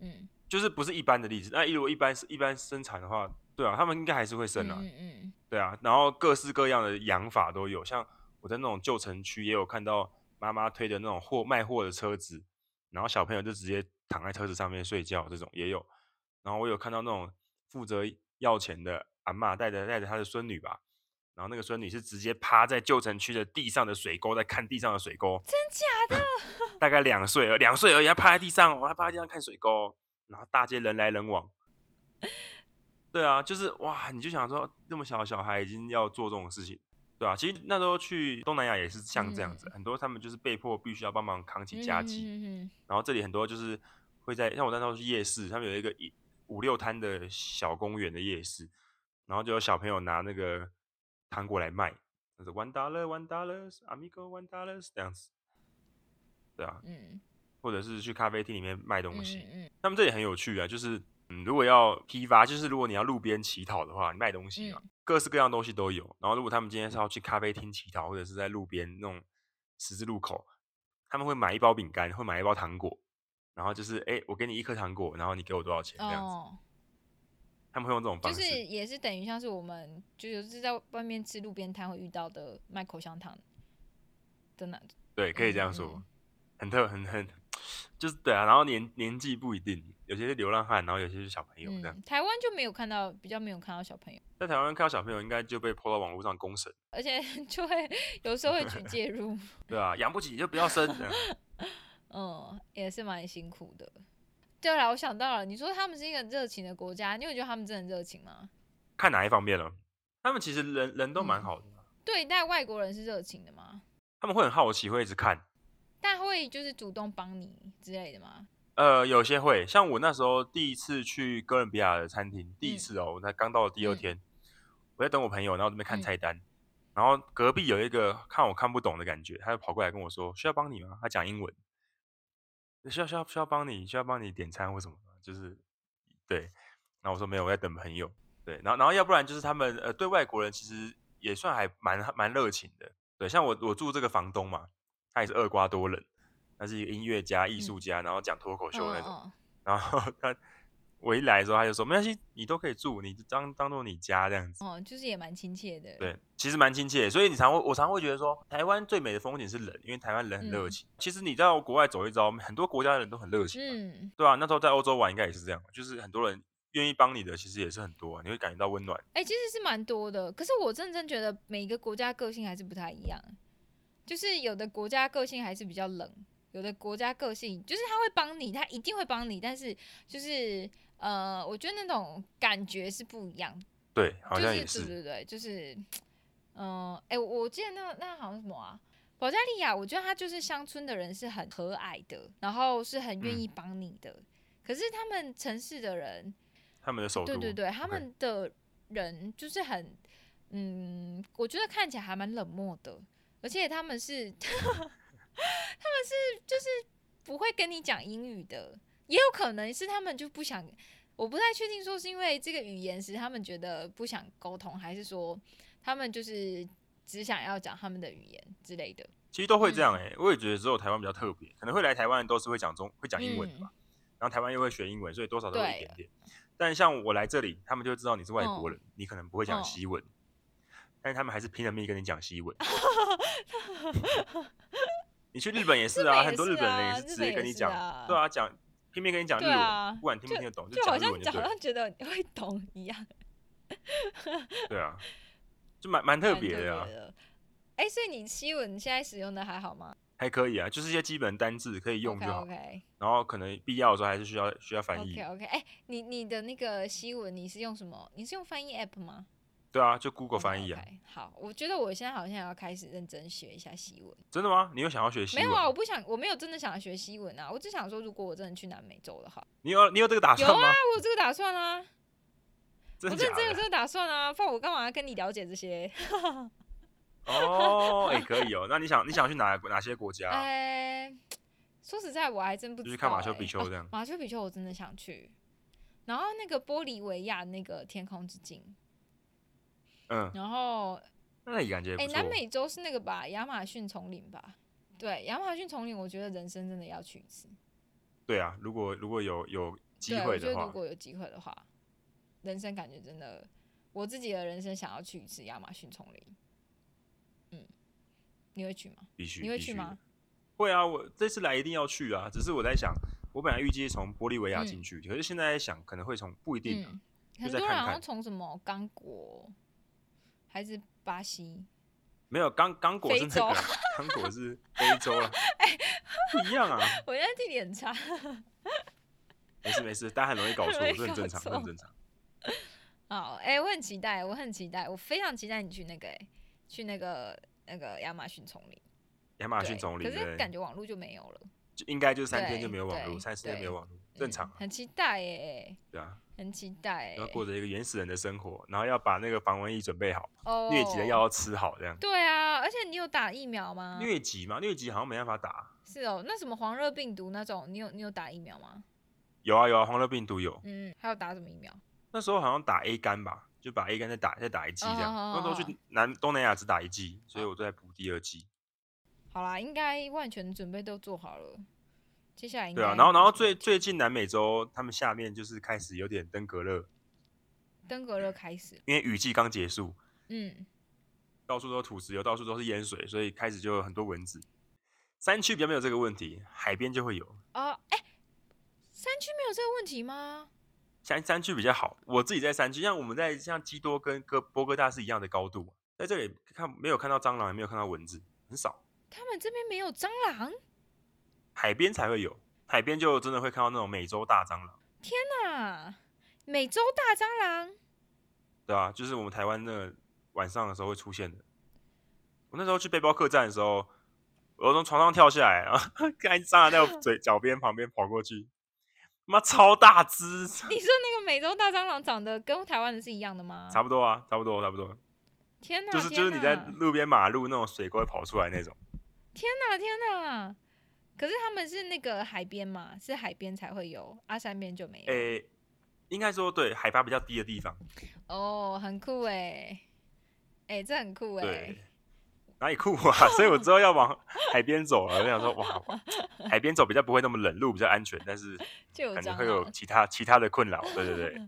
S2: 嗯，
S1: 就是不是一般的例子。那如果一般是一般生产的话，对啊，他们应该还是会生啊，
S2: 嗯嗯
S1: 对啊。然后各式各样的养法都有，像我在那种旧城区也有看到妈妈推的那种货卖货的车子，然后小朋友就直接躺在车子上面睡觉，这种也有。然后我有看到那种负责要钱的阿嬷带着带着她的孙女吧，然后那个孙女是直接趴在旧城区的地上的水沟，在看地上的水沟，
S2: 真假的？
S1: 大概两岁而两岁而已，她趴在地上，我还趴在地上看水沟，哦然后大街人来人往。 对啊，就是哇，你就想说，那么小的小孩已经要做这种事情，对啊，其实那时候去东南亚也是像这样子，很多他们就是被迫必须要帮忙扛起家计，
S2: 嗯嗯嗯嗯嗯
S1: 然后这里很多就是会在，像我那时候去夜市，他们有一个一五六摊的小公园的夜市，然后就有小朋友拿那个糖果来卖，那是 one dollar one dollars amigo one dollars 这样子，对啊，
S2: 嗯，
S1: 或者是去咖啡厅里面卖东西，
S2: 嗯嗯
S1: 他们这里很有趣啊，就是嗯，如果要批发，就是如果你要路边乞讨的话，你卖东西
S2: 嗯
S1: 嘛，各式各样的东西都有。然后如果他们今天是要去咖啡厅乞讨，或者是在路边那种十字路口，他们会买一包饼干，会买一包糖果，然后就是哎、我给你一颗糖果，然后你给我多少钱
S2: 嗯，
S1: 这样子，
S2: 哦，
S1: 他们会用这种方
S2: 就
S1: 式。
S2: 是也是等于像是我们就是在外面吃路边摊会遇到的卖口香糖的那，
S1: 对，可以这样
S2: 嗯
S1: 说，
S2: 嗯
S1: 很特很很，就是对啊。然后年年纪不一定，有些是流浪汉，然后有些是小朋友这样。
S2: 嗯，台湾就没有看到，比较没有看到小朋友，
S1: 在台湾看到小朋友，应该就被泼到网络上公审，
S2: 而且 就会有时候会去介入，
S1: 对啊，养不起就不要生。这样
S2: 嗯，也是蛮辛苦的。对了，我想到了，你说他们是一个热情的国家，你有觉得他们真的很热情吗？
S1: 看哪一方面了？他们其实人人都蛮
S2: 嗯
S1: 好的，
S2: 对待外国人是热情的吗？
S1: 他们会很好奇，会一直看。
S2: 但会就是主动帮你之类的吗？
S1: 呃，有些会，像我那时候第一次去哥伦比亚的餐厅，第一
S2: 嗯
S1: 次哦，我才刚到的第二
S2: 嗯
S1: 天，我在等我朋友，然后我这边看
S2: 嗯
S1: 菜单，然后隔壁有一个看我看不懂的感觉，他就跑过来跟我说：“需要帮你吗？”他讲英文，需要需要需要帮你，需要帮你点餐或什么吗？就是对，然后我说没有，我在等朋友。对，然后然后要不然就是他们呃对外国人其实也算还蛮蛮热情的。对，像我我住这个房东嘛，他也是厄瓜多人，他是一个音乐家、艺术家，然后讲脱口秀那种。
S2: 嗯
S1: 然后他我一来的时候，他就说没关系，你都可以住，你就当当做你家这样子。
S2: 嗯嗯，就是也蛮亲切的。，
S1: 对，其实蛮亲切的，所以你常会我常会觉得说，台湾最美的风景是人，因为台湾人很热
S2: 嗯
S1: 情。其实你到国外走一遭，很多国家的人都很热情嘛，
S2: 嗯，
S1: 对啊，那时候在欧洲玩应该也是这样，就是很多人愿意帮你的，其实也是很多、啊，你会感觉到温暖。
S2: 哎、其实是蛮多的。可是我认真觉得每一个国家个性还是不太一样，就是有的国家个性还是比较冷，有的国家个性就是他会帮你，他一定会帮你，但是就是呃，我觉得那种感觉是不一样。
S1: 对，好像也
S2: 就是对对对，就是嗯，哎、我我记得那那好像什么啊？保加利亚，我觉得他就是乡村的人是很和蔼的，然后是很愿
S1: 嗯
S2: 意帮你的。可是他们城市的人，
S1: 他们的首都。
S2: 对对对，他
S1: OK
S2: 们的人就是很，嗯，我觉得看起来还蛮冷漠的，而且他们是， 他们是就是不会跟你讲英语的，也有可能是他们就不想，我不太确定说是因为这个语言使他们觉得不想沟通，还是说他们就是只想要讲他们的语言之类的。
S1: 其实都会这样
S2: 嗯
S1: 哎、我也觉得只有台湾比较特别，可能会来台湾的都是会讲中会讲英文的
S2: 嗯
S1: 吧，然后台湾又会学英文，所以多少都有一
S2: 对
S1: 点点。但像我来这里，他们就知道你是外国
S2: 嗯
S1: 人，你可能不会讲
S2: 嗯
S1: 西文，但是他们还是拼了命跟你讲西 文。你去日本也是
S2: 本
S1: 啊，
S2: 也
S1: 很多日
S2: 是
S1: 本人
S2: 啊
S1: 也是
S2: 日
S1: 直
S2: 本
S1: 接
S2: 也
S1: 跟你
S2: 是
S1: 讲，
S2: 啊
S1: 对啊，讲拼命跟你讲日
S2: 对
S1: 文，
S2: 啊
S1: 不管你听不听得懂，
S2: 就
S1: 讲
S2: 好
S1: 日文就对
S2: 像好
S1: 了，
S2: 像觉得你会懂一样，
S1: 对啊，就蛮蛮特
S2: 蛮
S1: 别的啊
S2: 特，别的。哎、所以你西文现在使用的还好吗？
S1: 还可以啊，就是一些基本单字可以用就
S2: OK
S1: 好
S2: OK
S1: 然后可能必要的时候还是需要需要翻译
S2: OK OK，哎、你你的那个西文你是用什么？你是用翻译 App 吗？
S1: 对啊，就 Google
S2: 我
S1: 翻译啊
S2: o k 好，我觉得我现在好像要开始认真学一下西文。
S1: 真的吗？你有想要学西
S2: 没
S1: 文？
S2: 有啊，我不想，我没有真的想学西文啊，我只想说，如果我真的去南美洲的话，
S1: 你有你有这个打算吗？
S2: 那我有这个打算啊，
S1: 真的
S2: 我真
S1: 假
S2: 的真的有
S1: 的
S2: 这？个打算啊，不然我干嘛跟你了解这些？
S1: 哦，哎、可以哦。那你想你想去哪哪些国家啊、
S2: 哎、说实在，我还真不知道、
S1: 就
S2: 欸。
S1: 去看马丘比丘这样
S2: 啊马丘比丘我真的想去，然后那个玻利维亚那个天空之镜，
S1: 嗯，
S2: 然后
S1: 那你感觉也
S2: 哎、
S1: 不错。
S2: 南美洲是那个吧？亚马逊丛林吧？对，亚马逊丛林，我觉得人生真的要去一次。
S1: 对啊，如果如果有有机
S2: 对，我
S1: 会的
S2: 觉得
S1: 话，
S2: 如果有机会的话，人生感觉真的，我自己的人生想要去一次亚马逊丛林。嗯，你会去吗？
S1: 必须
S2: 你会
S1: 必须
S2: 去
S1: 的
S2: 吗？
S1: 会啊，我这次来一定要去啊。只是我在想，我本来预计是从玻利维亚
S2: 嗯
S1: 进去，可是现在在想可能会从不一定啊、
S2: 嗯，
S1: 就
S2: 很
S1: 再
S2: 多人
S1: 看
S2: 好像
S1: 看
S2: 从什么刚果还是巴西，
S1: 没有刚刚果是那
S2: 非洲哎
S1: 个啊，刚果是非洲 啊，不一样啊。
S2: 我现在地理很差。
S1: 没事没事，大家很容易搞错，
S2: 很容易
S1: 这很正常，
S2: 搞
S1: 这很正常。
S2: 好，哎、我很期待，我很期待，我非常期待你去那个、哎，去那个那个亚马逊丛林。
S1: 亚马逊
S2: 对
S1: 丛林，
S2: 可
S1: 对
S2: 是
S1: 不
S2: 感
S1: 对，
S2: 觉网络就没有了。
S1: 就应该就是三天
S2: 对
S1: 就没有网络，
S2: 对
S1: 三四天没有
S2: 对
S1: 网络，正常
S2: 嗯
S1: 啊，
S2: 很期待耶。
S1: 对啊。
S2: 很期待、
S1: 要
S2: 欸。
S1: 过着一个原始人的生活，然后要把那个防蚊液准备好，
S2: 哦，
S1: 疟疾的药要吃好，这样。
S2: 对啊，而且你有打疫苗吗？
S1: 疟疾嘛，疟疾好像没办法打。
S2: 是哦，那什么黄热病毒那种，你有你有打疫苗吗？
S1: 有啊有啊，黄热病毒有，
S2: 嗯，还有打什么疫苗？
S1: 那时候好像打 A 肝吧，就把 A 肝再打再打一剂这样。
S2: 哦
S1: 那时候去南东南亚只打一剂，所以我都在补第二剂。
S2: 好啦，应该万全的准备都做好了，接下来应该
S1: 对啊，然后然后最最近南美洲他们下面就是开始有点登革热，
S2: 登革热开始，
S1: 因为雨季刚结束，
S2: 嗯，
S1: 到处都土石流，到处都是淹水，所以开始就有很多蚊子。山区比较没有这个问题，海边就会有。
S2: 哦，哎、山区没有这个问题吗？
S1: 山山区比较好，我自己在山区，像我们在像基多跟哥波哥大是一样的高度，在这里看没有看到蟑螂，也没有看到蚊子，很少。
S2: 他们这边没有蟑螂
S1: 海边才会有，海边就真的会看到那种美洲大蟑螂，
S2: 啊，美洲大蟑螂，
S1: 对吧、就是我们台湾那个晚上的时候会出现的。我那时候去背包客栈的时候，我从床上跳下来，然后 看蟑螂在 我嘴脚边旁边跑过去，妈超大 只，
S2: 你说那个美洲大蟑螂长得跟台湾的是一样的吗？
S1: 差不多啊，差不多，差不多，
S2: 天哪，
S1: 就是
S2: 啊天
S1: 就是你在
S2: 哪
S1: 路边马路那种水沟会跑出来那种。
S2: 天哪，天哪！可是他们是那个海边嘛，是海边才会有，阿、山边就没有。
S1: 诶、应该说对，海拔比较低的地方，
S2: 哦，很酷哎、哎、这很酷哎、
S1: 对，哪里酷啊？ 所以我之后要往海边走了，我想说哇，海边走比较不会那么冷，路比较安全，但是
S2: 就有啊
S1: 可能
S2: 蟑
S1: 会有
S2: 螂。
S1: 其他其他的困扰，对对 对，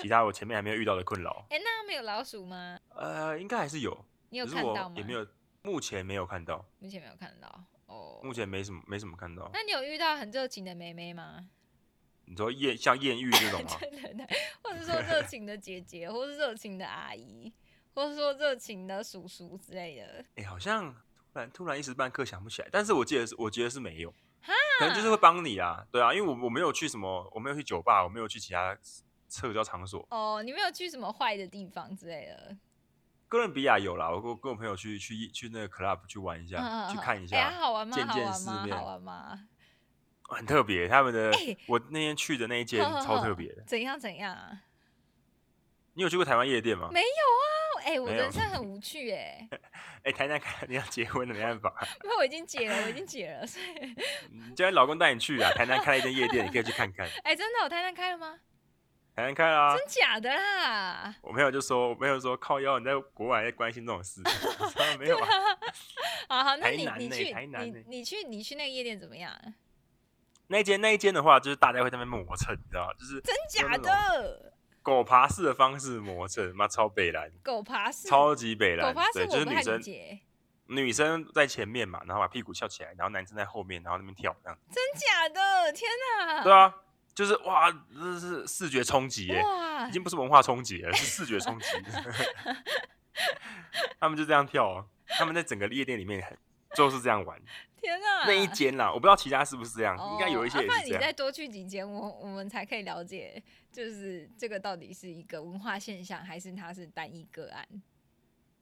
S1: 其他我前面还没有遇到的困扰，
S2: 哎、那他们有老鼠吗？
S1: 呃，应该还是有，
S2: 你有
S1: 可是
S2: 看到
S1: 我
S2: 吗？
S1: 也没，有，目前没有看到，
S2: 目前没有看到。哦，
S1: 目前没什么没什么看到。
S2: 那你有遇到很热情的妹妹吗？
S1: 你说艳像艳遇这种吗？
S2: 对对对，或者说热情的姐姐，或是热情的阿姨，或是说热情的叔叔之类的。
S1: 哎、好像突然突然一时半刻想不起来，但是我记得是我觉得是没有，可能就是会帮你啊，对啊，因为我我没有去什么，我没有去酒吧，我没有去其他社交场所。
S2: 哦，你没有去什么坏的地方之类的。
S1: 哥伦比亚有啦，我跟我跟我朋友去去去那个 club 去玩一下，
S2: 嗯嗯
S1: 去
S2: 嗯
S1: 看一
S2: 哎、
S1: 下，
S2: 好玩吗？
S1: 见
S2: 好
S1: 见
S2: 玩
S1: 世
S2: 吗？
S1: 面
S2: 好玩吗？
S1: 很特别。他们的、
S2: 哎
S1: 我那天去的那一 间
S2: 呵呵
S1: 超特
S2: 呵
S1: 别的。
S2: 怎样怎 样啊？
S1: 你有去过台湾夜店吗？
S2: 没有啊，哎、我
S1: 没有
S2: 人生很无趣哎、
S1: 哎、台南你要结婚的没办法，
S2: 因为我已经解了，我已经解了，所以
S1: 你叫你老公带你去啊。台南开了一间夜店，你可以去看看。
S2: 哎、真的，我太难开了吗？
S1: 台南开啦、
S2: 真假的啦？
S1: 我朋友就说，我朋友说靠腰，你在国外在关心这种事，我说没有啊。
S2: 好好，那
S1: 台
S2: 你
S1: 南
S2: 你
S1: 呢
S2: 去
S1: 台南
S2: 你
S1: 呢
S2: 你去你去那个夜店怎么样？啊
S1: 那一间那一间的话，就是大家会在那边磨蹭，你知道吗？就是
S2: 真假
S1: 用那
S2: 的？
S1: 狗爬式的方式磨蹭，妈超北蓝，
S2: 狗爬式，
S1: 超级北
S2: 狗
S1: 蓝
S2: 爬，式
S1: 对，就
S2: 我
S1: 是
S2: 不
S1: 女
S2: 太理
S1: 生
S2: 解，
S1: 女生在前面嘛，然后把屁股翘起来，然后男生在后面，然后那边跳这样。
S2: 真假的？天哪！
S1: 对啊，就是哇，这是视觉冲击耶，
S2: 哇
S1: 已，经不是文化冲击了，是视觉 冲击。他们就这样跳哦，他们在整个夜店里面很就是这样玩。
S2: 天哪！
S1: 那一间啦，我不知道其他是不是这样，
S2: 嗯哦
S1: 应该有一些
S2: 啊
S1: 也
S2: 不然
S1: 是
S2: 你
S1: 这
S2: 再
S1: 样。
S2: 多去几间，我我们才可以了解，就是这个到底是一个文化现象，还是它是单一个案？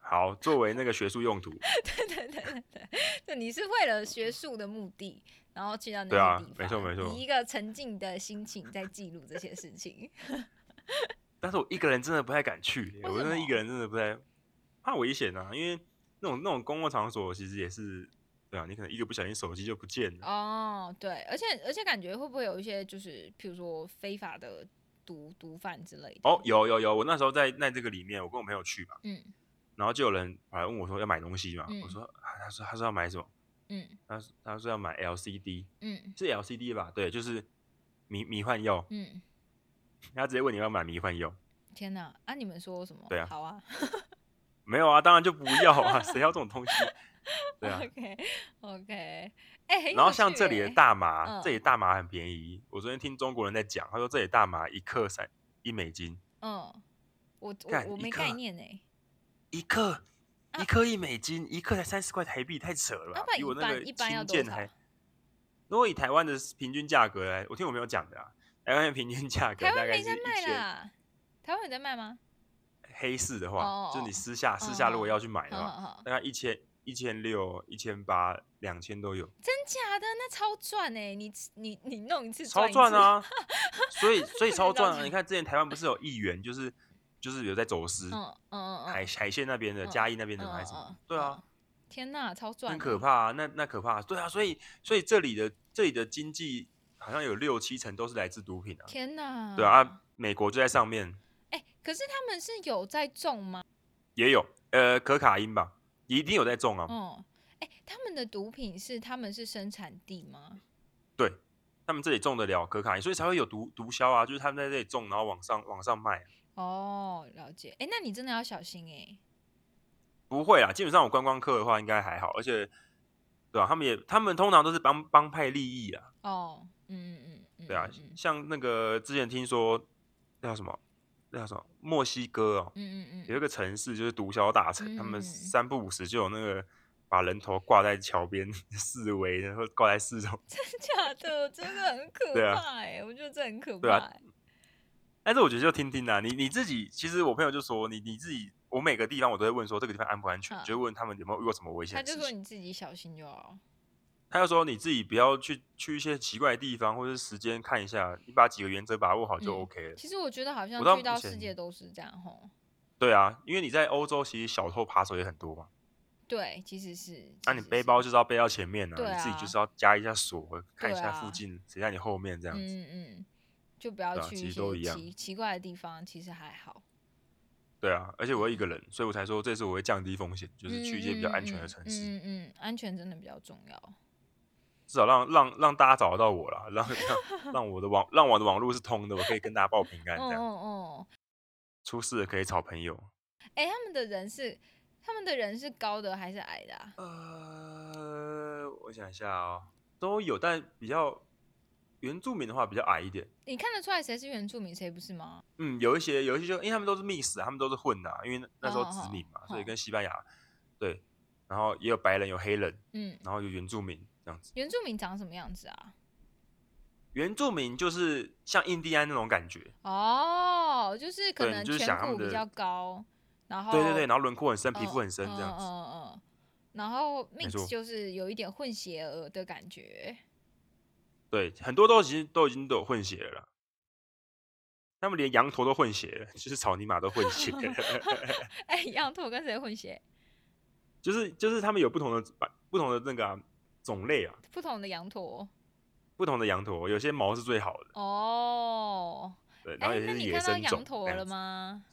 S1: 好，作为那个学术用途，
S2: 对 对对对对，就你是为了学术的目的，然后去到那
S1: 对啊
S2: 些地方，
S1: 没错没错
S2: 以一个沉浸的心情在记录这些事情。
S1: 但是我一个人真的不太敢去，
S2: 为
S1: 我
S2: 什
S1: 真的一
S2: 么
S1: 个人真的不太怕危险啊，因为那种那种公共场所其实也是，对啊，你可能一个不小心手机就不见了。
S2: 哦，对，而且而且感觉会不会有一些就是，譬如说非法的毒毒贩之类的？
S1: 哦，，有有有，我那时候在在这个里面，我跟我朋友去嘛，
S2: 嗯
S1: 然后就有人跑来问我说要买东西嘛，
S2: 嗯
S1: 我说啊他说他说要买什么，
S2: 嗯
S1: 他说他说要买 LCD，
S2: 嗯
S1: 是 LCD 吧？对，就是迷迷幻药，
S2: 嗯，
S1: 他直接问你要买迷幻药，
S2: 天哪！啊，你们说什么？
S1: 对啊
S2: 好啊
S1: 没有啊，当然就不要啊， 谁要这种东西？对 啊，
S2: ，OK OK，哎、很
S1: 然后
S2: 有
S1: 像
S2: 趣
S1: 这里
S2: 耶
S1: 的大麻，
S2: 嗯
S1: 这里大麻很便宜。我昨天听中国人在讲，他说这里大麻一克三一美金，
S2: 嗯，我我
S1: 干
S2: 我
S1: 一
S2: 没
S1: 个
S2: 概念呢、欸
S1: 一克
S2: 啊
S1: 一克一美金，一克才三十块台币，太扯了
S2: 啊
S1: 吧
S2: 不，然
S1: 比
S2: 一
S1: 我那
S2: 般
S1: 个
S2: 一般要
S1: 新
S2: 多
S1: 建
S2: 少
S1: 还。如果以台湾的平均价格来，我听我朋友讲的啊，台湾的平均价格
S2: 台
S1: 大
S2: 湾
S1: 概
S2: 没
S1: 是
S2: 在
S1: 一
S2: 卖
S1: 千
S2: 啦，台湾有在卖吗？
S1: 黑市的
S2: 哦
S1: 话，就
S2: 哦
S1: 你私下
S2: 嗯
S1: 私下如果
S2: 嗯
S1: 要去买的
S2: 好
S1: 话，
S2: 好好，
S1: 大概一千一千六、一千八、两千都有，
S2: 真假的？那超赚哎、你你你弄一次
S1: 超
S2: 一
S1: 赚
S2: 次！
S1: 啊！所以所以超赚
S2: 不知道
S1: 啊！
S2: 是
S1: 你看之前台湾不是有议员，就是就是有在走私、
S2: 嗯嗯嗯嗯，
S1: 海海鲜那边的、
S2: 嗯
S1: 嘉义那边
S2: 嗯
S1: 的还是什
S2: 嗯
S1: 么
S2: 嗯？
S1: 对啊，
S2: 嗯天哪，超赚欸，
S1: 很可怕啊！那那可怕、对啊！所以所以这里的这里的经济好像有六七成都是来自毒品啊，
S2: 天哪，
S1: 对啊，啊美国就在上面
S2: 哎、可是他们是有在种吗？
S1: 也有，呃，可卡因吧，一定有在种啊。
S2: 嗯，哎、他们的毒品是他们是生产地吗？
S1: 他们这里种得了可卡因，所以才会有毒毒枭啊，就是他们在这里种，然后往上往上卖啊、
S2: 哦，了解。哎、那你真的要小心哎、
S1: 不会啊，基本上我观光客的话应该还好，而且对啊，他们也他们通常都是帮帮派利益啊，
S2: 哦，嗯嗯嗯嗯，
S1: 对啊，
S2: 嗯
S1: 像那个之前听说那叫什么，那叫什么墨西哥哦，
S2: 嗯嗯
S1: 有
S2: 嗯，
S1: 一个城市就是毒枭大城，他
S2: 嗯嗯
S1: 们
S2: 嗯
S1: 三不五时就有那个把人头挂在桥边 示威，然后挂在四周。
S2: 真假的，真的很可
S1: 对啊
S2: 怕哎、我觉得这很可
S1: 对啊
S2: 怕、欸。
S1: 但是我觉得就听听啦、你你自己，其实我朋友就说你你自己，我每个地方我都会问说这个地方安不安全，
S2: 嗯
S1: 就会问他们有没有遇过什么危险
S2: 他
S1: 的
S2: 就
S1: 事
S2: 说
S1: 情。
S2: 你自己小心就好。
S1: 他就说你自己不要去去一些奇怪的地方，或者是时间看一下，你把几个原则把握好就
S2: 嗯
S1: OK 了。
S2: 其实我觉得好像
S1: 我到
S2: 去到
S1: 目前
S2: 世界都是这样吼。
S1: 对啊，因为你在欧洲其实小偷扒手也很多嘛，
S2: 对，其实是。
S1: 那、
S2: 其
S1: 你
S2: 实
S1: 背
S2: 是
S1: 包就是要背到前面啊，
S2: 对
S1: 你自己
S2: 啊
S1: 就是要加一下锁，看一
S2: 对
S1: 下
S2: 啊
S1: 附近谁在你后面这样子。
S2: 嗯嗯，就不要
S1: 对啊
S2: 去
S1: 其
S2: 一
S1: 实都
S2: 些
S1: 一样
S2: 奇奇怪的地方，其实还好。
S1: 对啊，而且我一个人，所以我才说这次我会降低风险，就是去一些比较安全的城市，
S2: 嗯嗯嗯嗯嗯安全真的比较重要。
S1: 至少让让让大家找得到我啦，让让让我的网让我的网络是通的，我可以跟大家报平安
S2: 哦
S1: 哎这
S2: 哦
S1: 样。
S2: 哦，
S1: 出事了可以找朋友。
S2: 哎、他们的人是他们的人是高的还是矮的啊？
S1: 呃，我想一下哦，都有，但比较原住民的话比较矮一点。
S2: 你看得出来谁是原住民，谁不是吗？
S1: 嗯，有一些有一些就因为他们都是 mix，啊他们都是混的啊、因为那那时候
S2: 哦
S1: 殖民嘛，
S2: 哦
S1: 所以跟西班牙对，然后也有白人，有黑人，
S2: 嗯，
S1: 然后有原住民这样子。
S2: 原住民长什么样子啊？
S1: 原住民就是像印第安那种感觉，
S2: 哦，就是可
S1: 对你
S2: 能
S1: 就是
S2: 颧
S1: 想他
S2: 骨
S1: 们
S2: 比
S1: 的
S2: 较高，然后
S1: 对对对，，然后轮廓很深，
S2: 嗯
S1: 皮肤很深这样
S2: 哦嗯
S1: 子。
S2: 嗯嗯嗯，然后
S1: 没错
S2: mix 就是有一点混血儿的感觉。
S1: 对，很多都其实都已经都有混血了啦，他们连羊驼都混血了，就是草泥马都混血了。
S2: 哎、羊驼跟谁混血？
S1: 就是就是他们有不同的版不同的那个啊、种类啊，
S2: 不同的羊驼
S1: 不同的羊驼，有些毛是最好的，
S2: 哦。
S1: 对，然后
S2: 哎、
S1: 有些
S2: 那
S1: 是
S2: 你
S1: 野
S2: 看到
S1: 生种。
S2: 羊驼
S1: 这样
S2: 了
S1: 子？
S2: 吗？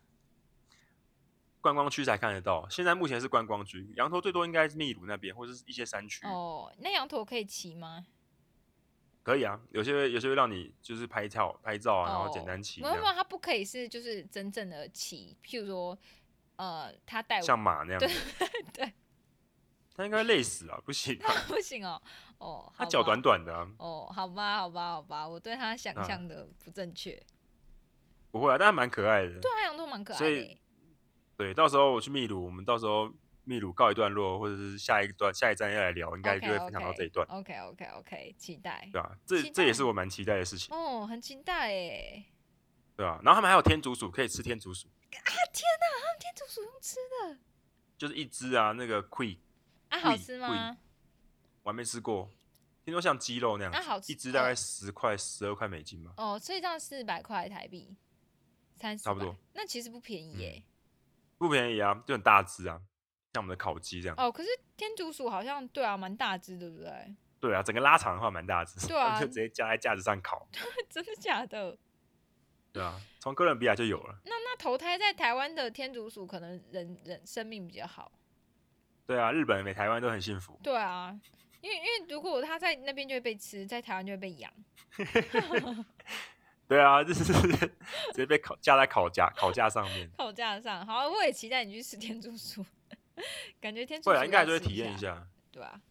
S1: 观光区才看得到，现在目前是观光区，羊驼最多应该是秘鲁那边或者是一些山区。
S2: 哦，那羊驼可以骑吗？
S1: 可以啊，有些会有些会让你就是拍照拍照啊，然后简单骑
S2: 哦。
S1: 这
S2: 没有没有，
S1: 样，
S2: 它不可以是就是真正的骑，譬如说，呃，他带
S1: 像
S2: 我，
S1: 马那样。
S2: 对对，
S1: 它应该累死啊，不行 啊，
S2: 不行哦。哦，
S1: 它
S2: 好
S1: 脚
S2: 吧
S1: 短。短的啊、
S2: 哦，好吧，好吧，好吧，我对它想
S1: 啊
S2: 象的不正确。
S1: 不会啊，但它蛮可爱的。
S2: 对啊，羊驼蛮可爱的
S1: 所以
S2: 欸。
S1: 对，到时候我去秘鲁，我们到时候秘鲁告一段落，或者是下一段下一站要来聊，应该就会分享到这一段，
S2: OK OK OK，期待。
S1: 对吧、啊这
S2: 期
S1: 这也
S2: 待
S1: 是我蛮期待的事情，
S2: 哦，很期待哎。
S1: 对吧、然后他们还有天竺鼠，可以吃天竺鼠，
S2: 天竺鼠用吃
S1: 就是一只啊，那个 q u i
S2: 啊，好
S1: 贵
S2: 吃
S1: 贵
S2: 吗？
S1: 我还没吃过，听说像鸡肉那样子，
S2: 那好吃
S1: 一只大
S2: 哦
S1: 概十块十二块美金吧，
S2: 哦，所以这样四百块台币，三十
S1: 差不多，
S2: 那其实不便宜
S1: 嗯
S2: 耶。
S1: 不便宜啊，就很大只啊，像我们的烤鸡这样，
S2: 哦，可是天竺鼠好像对啊，蛮大只，对不对？
S1: 对啊，整个拉长的话蛮大只，
S2: 对
S1: 他们
S2: 啊
S1: 就直接架在架子上烤，
S2: 真的假的？
S1: 对啊，从哥伦比亚就有了。
S2: 那那投胎在台湾的天竺鼠，可能人人生命比较好。
S1: 对啊，日本、美、台湾都很幸福。
S2: 对啊，因为因为如果它在那边就会被吃，在台湾就会被养。
S1: 对啊，就是直接被烤架在烤架烤架上面。
S2: 靠架上，好，啊我也期待你去吃天竺鼠， 感觉天竺
S1: 会
S2: 鼠
S1: 啊，应该还
S2: 要
S1: 是会
S2: 吃
S1: 体验一
S2: 一，
S1: 下，
S2: 对啊，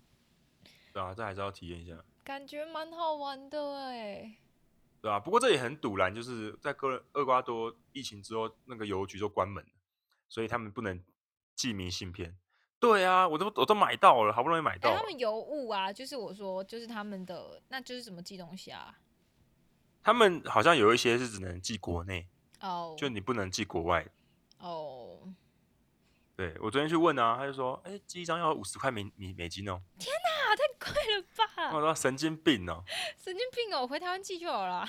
S1: 对啊，这还是要体验一下，
S2: 感觉蛮好玩的哎。
S1: 对啊。不过这也很堵然，就是在哥伦厄瓜多疫情之后，那个邮局就关门了，所以他们不能寄明信片。对啊，我都我都买到了，好不容易买
S2: 哎、
S1: 到了
S2: 他们邮物啊，就是我说，就是他们的，那就是怎么寄东西啊？
S1: 他们好像有一些是只能寄国内，
S2: 哦，
S1: 就你不能寄国外。
S2: 哦，
S1: 对我昨天去问啊，他就说，哎、寄一张要五十块美美美金哦。
S2: 啊，太贵了吧！
S1: 我说神经病哦，
S2: 神经病哦，我回台湾寄就好了。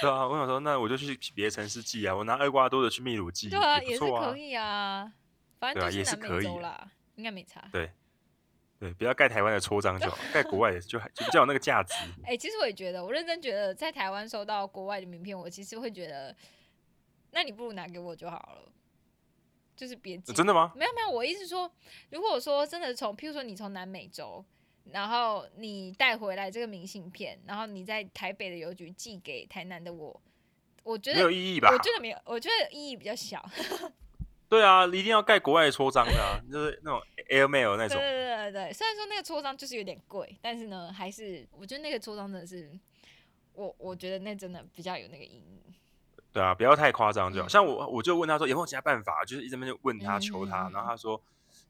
S1: 对啊，我想说，那我就去别的城市寄啊，我拿厄瓜多的去秘鲁寄，
S2: 对啊，
S1: 也
S2: 也
S1: 不
S2: 是
S1: 错
S2: 可以啊，反正
S1: 对啊
S2: 就
S1: 也是
S2: 南
S1: 可
S2: 美
S1: 以
S2: 洲
S1: 啊
S2: 啦，应该没差。
S1: 对，不要盖台湾的戳章就好，盖国外的就还就比较有那个价值。
S2: 哎、其实我也觉得，我认真觉得，在台湾收到国外的名片，我其实会觉得，那你不如拿给我就好了，就是别寄。
S1: 呃真的吗？
S2: 没有没有，我意思是说，如果说真的从，譬如说你从南美洲，然后你带回来这个明信片，然后你在台北的邮局寄给台南的我，我觉
S1: 没
S2: 得
S1: 有意义吧
S2: 我？觉得没有，我觉得意义比较小。
S1: 对啊，一定要盖国外的戳章的啊，就是那种 airmail 那
S2: 对
S1: 种。
S2: 对对对，虽然说那个戳章就是有点贵，但是呢，还是我觉得那个戳章真的是，我我觉得那真的比较有那个意义。
S1: 对啊，不要太夸张就好。
S2: 嗯
S1: 像我，我就问他说有没有其他办法，啊就是一直在那边问他、
S2: 嗯
S1: 求他
S2: 嗯，
S1: 然后他说，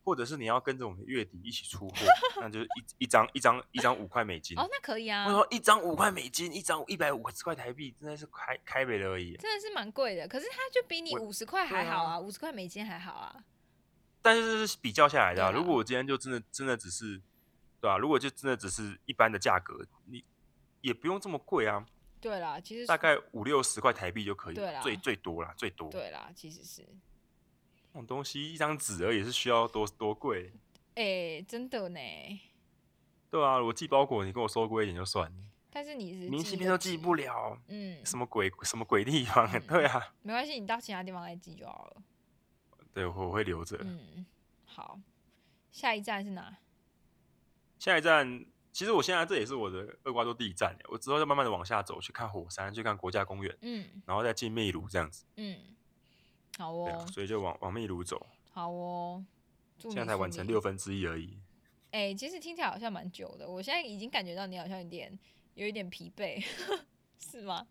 S1: 或者是你要跟着我们月底一起出 货，那就是一一张一张一张五块美金。
S2: 哦，那可以啊
S1: 我，说一张五块美金，一张一百五十块台币，真的是开开北了而已。
S2: 真的是蛮贵的，可是它就比你
S1: 我
S2: 五十
S1: 对
S2: 块还好
S1: 啊
S2: 啊，五十块美金还好啊。
S1: 但是这是比较下来的、啊，
S2: 对啊
S1: 如果我今天就真的真的只是，对啊，如果就真的只是一般的价格，你也不用这么贵啊，
S2: 对啦，其实
S1: 大概五六十块台币就可以了
S2: 对啦
S1: 最最多啦，最多。
S2: 对啦，其实是，
S1: 那种东西一张纸而已是需要多多贵。
S2: 哎、真的呢。
S1: 对啊，我寄包裹，你跟我收贵一点就算了，
S2: 但是你是
S1: 明
S2: 寄
S1: 信
S2: 一
S1: 片
S2: 个
S1: 都寄
S2: 纸
S1: 不，了，
S2: 嗯，
S1: 什么鬼什么鬼地方？
S2: 嗯
S1: 对啊，
S2: 没关系，你到其他地方来寄就好了。
S1: 对，啊我我会留着。
S2: 嗯，好，下一站是哪？
S1: 下一站，其实我现在这也是我的厄瓜多第一站，欸我之后就慢慢的往下走，去看火山，去看国家公园，
S2: 嗯
S1: 然后再进秘鲁这样子。
S2: 嗯，好
S1: 对啊，
S2: 哦，
S1: 所以就往往秘鲁走，
S2: 好哦，祝
S1: 现
S2: 你
S1: 在才完成
S2: 顺利
S1: 六。分之一而已。
S2: 哎、其实听起来好像蛮久的，我现在已经感觉到你好像有点有一点疲惫， 是吗？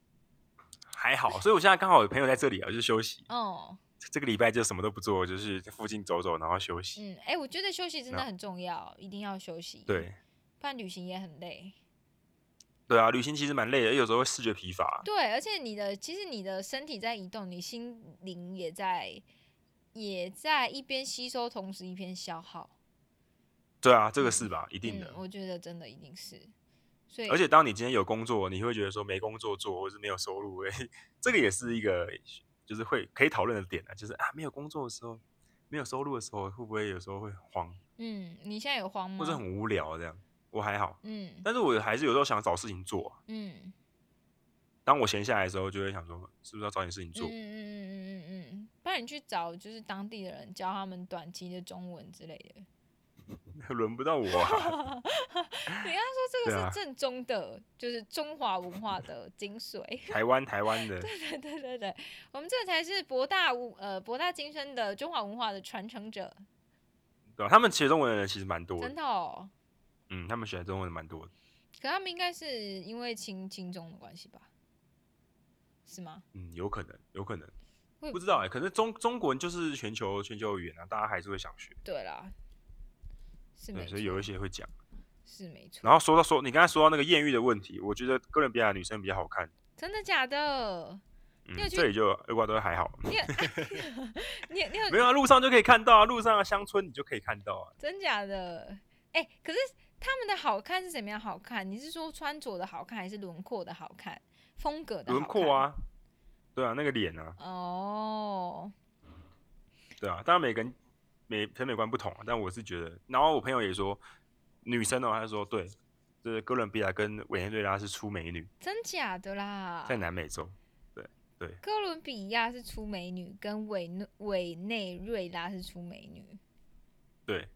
S1: 还好，所以我现在刚好有朋友在这里啊，我就休息。
S2: 哦，
S1: 这个礼拜就什么都不做，就是附近走走，然后休息。
S2: 嗯，哎、我觉得休息真的
S1: 那
S2: 很重要，一定要休息。，
S1: 对
S2: 不然旅行也很累。
S1: 对啊，旅行其实蛮累的，有时候会视觉疲乏。
S2: 对，而且你的其实你的身体在移动，你心灵也在也在一边吸收，同时一边消耗。
S1: 对啊，这个是吧？一定的
S2: 嗯，。我觉得真的一定是。所以，
S1: 而且当你今天有工作，你会觉得说没工作做，或是没有收入，哎， 这个也是一个就是会可以讨论的点啊，就是啊，没有工作的时候，没有收入的时候，会不会有时候会慌，
S2: 嗯，你现在有慌吗
S1: 或？者很无聊这样？我还好，
S2: 嗯
S1: 但是我还是有时候想找事情做啊、
S2: 嗯
S1: 当我闲下来的时候，就会想说，是不是要找点事情
S2: 嗯嗯
S1: 做？
S2: 嗯嗯嗯嗯，不然你去找就是当地的人教他们短期的中文之类的。
S1: 轮不到我、 啊。
S2: 你刚刚说这
S1: 对
S2: 个
S1: 啊
S2: 是正宗的，就是中华文化的精髓。
S1: 台湾，台湾的，
S2: 对对对对，我们这才是博大文呃博大精深的中华文化的传承者，
S1: 对吧、他们学中文的人其实蛮多
S2: 真
S1: 的，
S2: 的哦。
S1: 嗯，他们学中文的蛮多的。
S2: 可他们应该是因为亲亲中的关系吧？是吗？
S1: 嗯，有可能，有可能
S2: 会，
S1: 不知道哎、可能中中国人就是全球全球语言啊，大家还是会想学，
S2: 对啦，是没
S1: 对，
S2: 错
S1: 所以，有一些会讲。
S2: 是没错。
S1: 然后说到说，你刚才说到那个艳遇的问题，我觉得哥伦比亚的女生比较好看，
S2: 真的假的？
S1: 嗯
S2: 你有，去
S1: 这里就厄瓜多还好，
S2: 你有、你有你有
S1: 没有啊，路上就可以看到啊，路上啊乡村你就可以看到啊，
S2: 真假的？哎、可是他们的好看是怎么样好看？你是说穿着的好看，还是轮廓的好看？风格的好
S1: 轮
S2: 看
S1: 廓？啊，对啊，那个脸啊，
S2: 哦，
S1: 对啊，当然每个人每审美观不同、啊，但我是觉得，然后我朋友也说，女生呢、她说对，就是哥伦比亚跟委内瑞拉是出美女，
S2: 真假的啦？
S1: 在南美洲，
S2: 哥伦比亚是出美女，跟委内委内瑞拉是出美女。
S1: 对。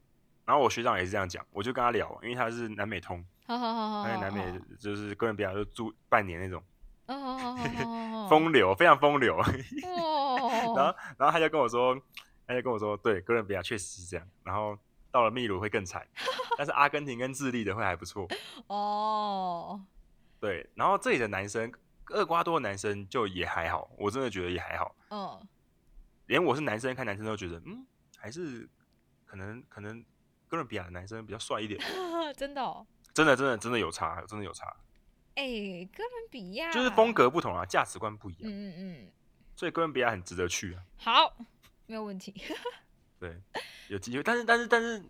S1: 然后我学长也是这样讲，我就跟他聊，因为他是南美通，
S2: 好好好好
S1: 他
S2: 好，
S1: 在南美就是哥伦比亚就住半年那种，
S2: 哦，好好好好好，
S1: 风流，非常风流。 然
S2: 哇
S1: 后，然后他就跟我说，他就跟我说，对，哥伦比亚确实是这样。然后到了秘鲁会更惨，但是阿根廷跟智利的会还不错。
S2: 哦，
S1: 对，然后这里的男生，厄瓜多的男生就也还好，我真的觉得也还好，
S2: 嗯，
S1: 连我是男生看男生都觉得，嗯，还是可能可能哥伦比亚的男生比较帅一点，
S2: 真的、哦，
S1: 真的真的真的有差，真的有差，
S2: 哎、哥伦比亚
S1: 就是风，格不同啊，价值观不一样，
S2: 嗯嗯嗯，
S1: 所以哥伦比亚很值得去啊。
S2: 好，没有问题。
S1: 对，有机会，但是但是但是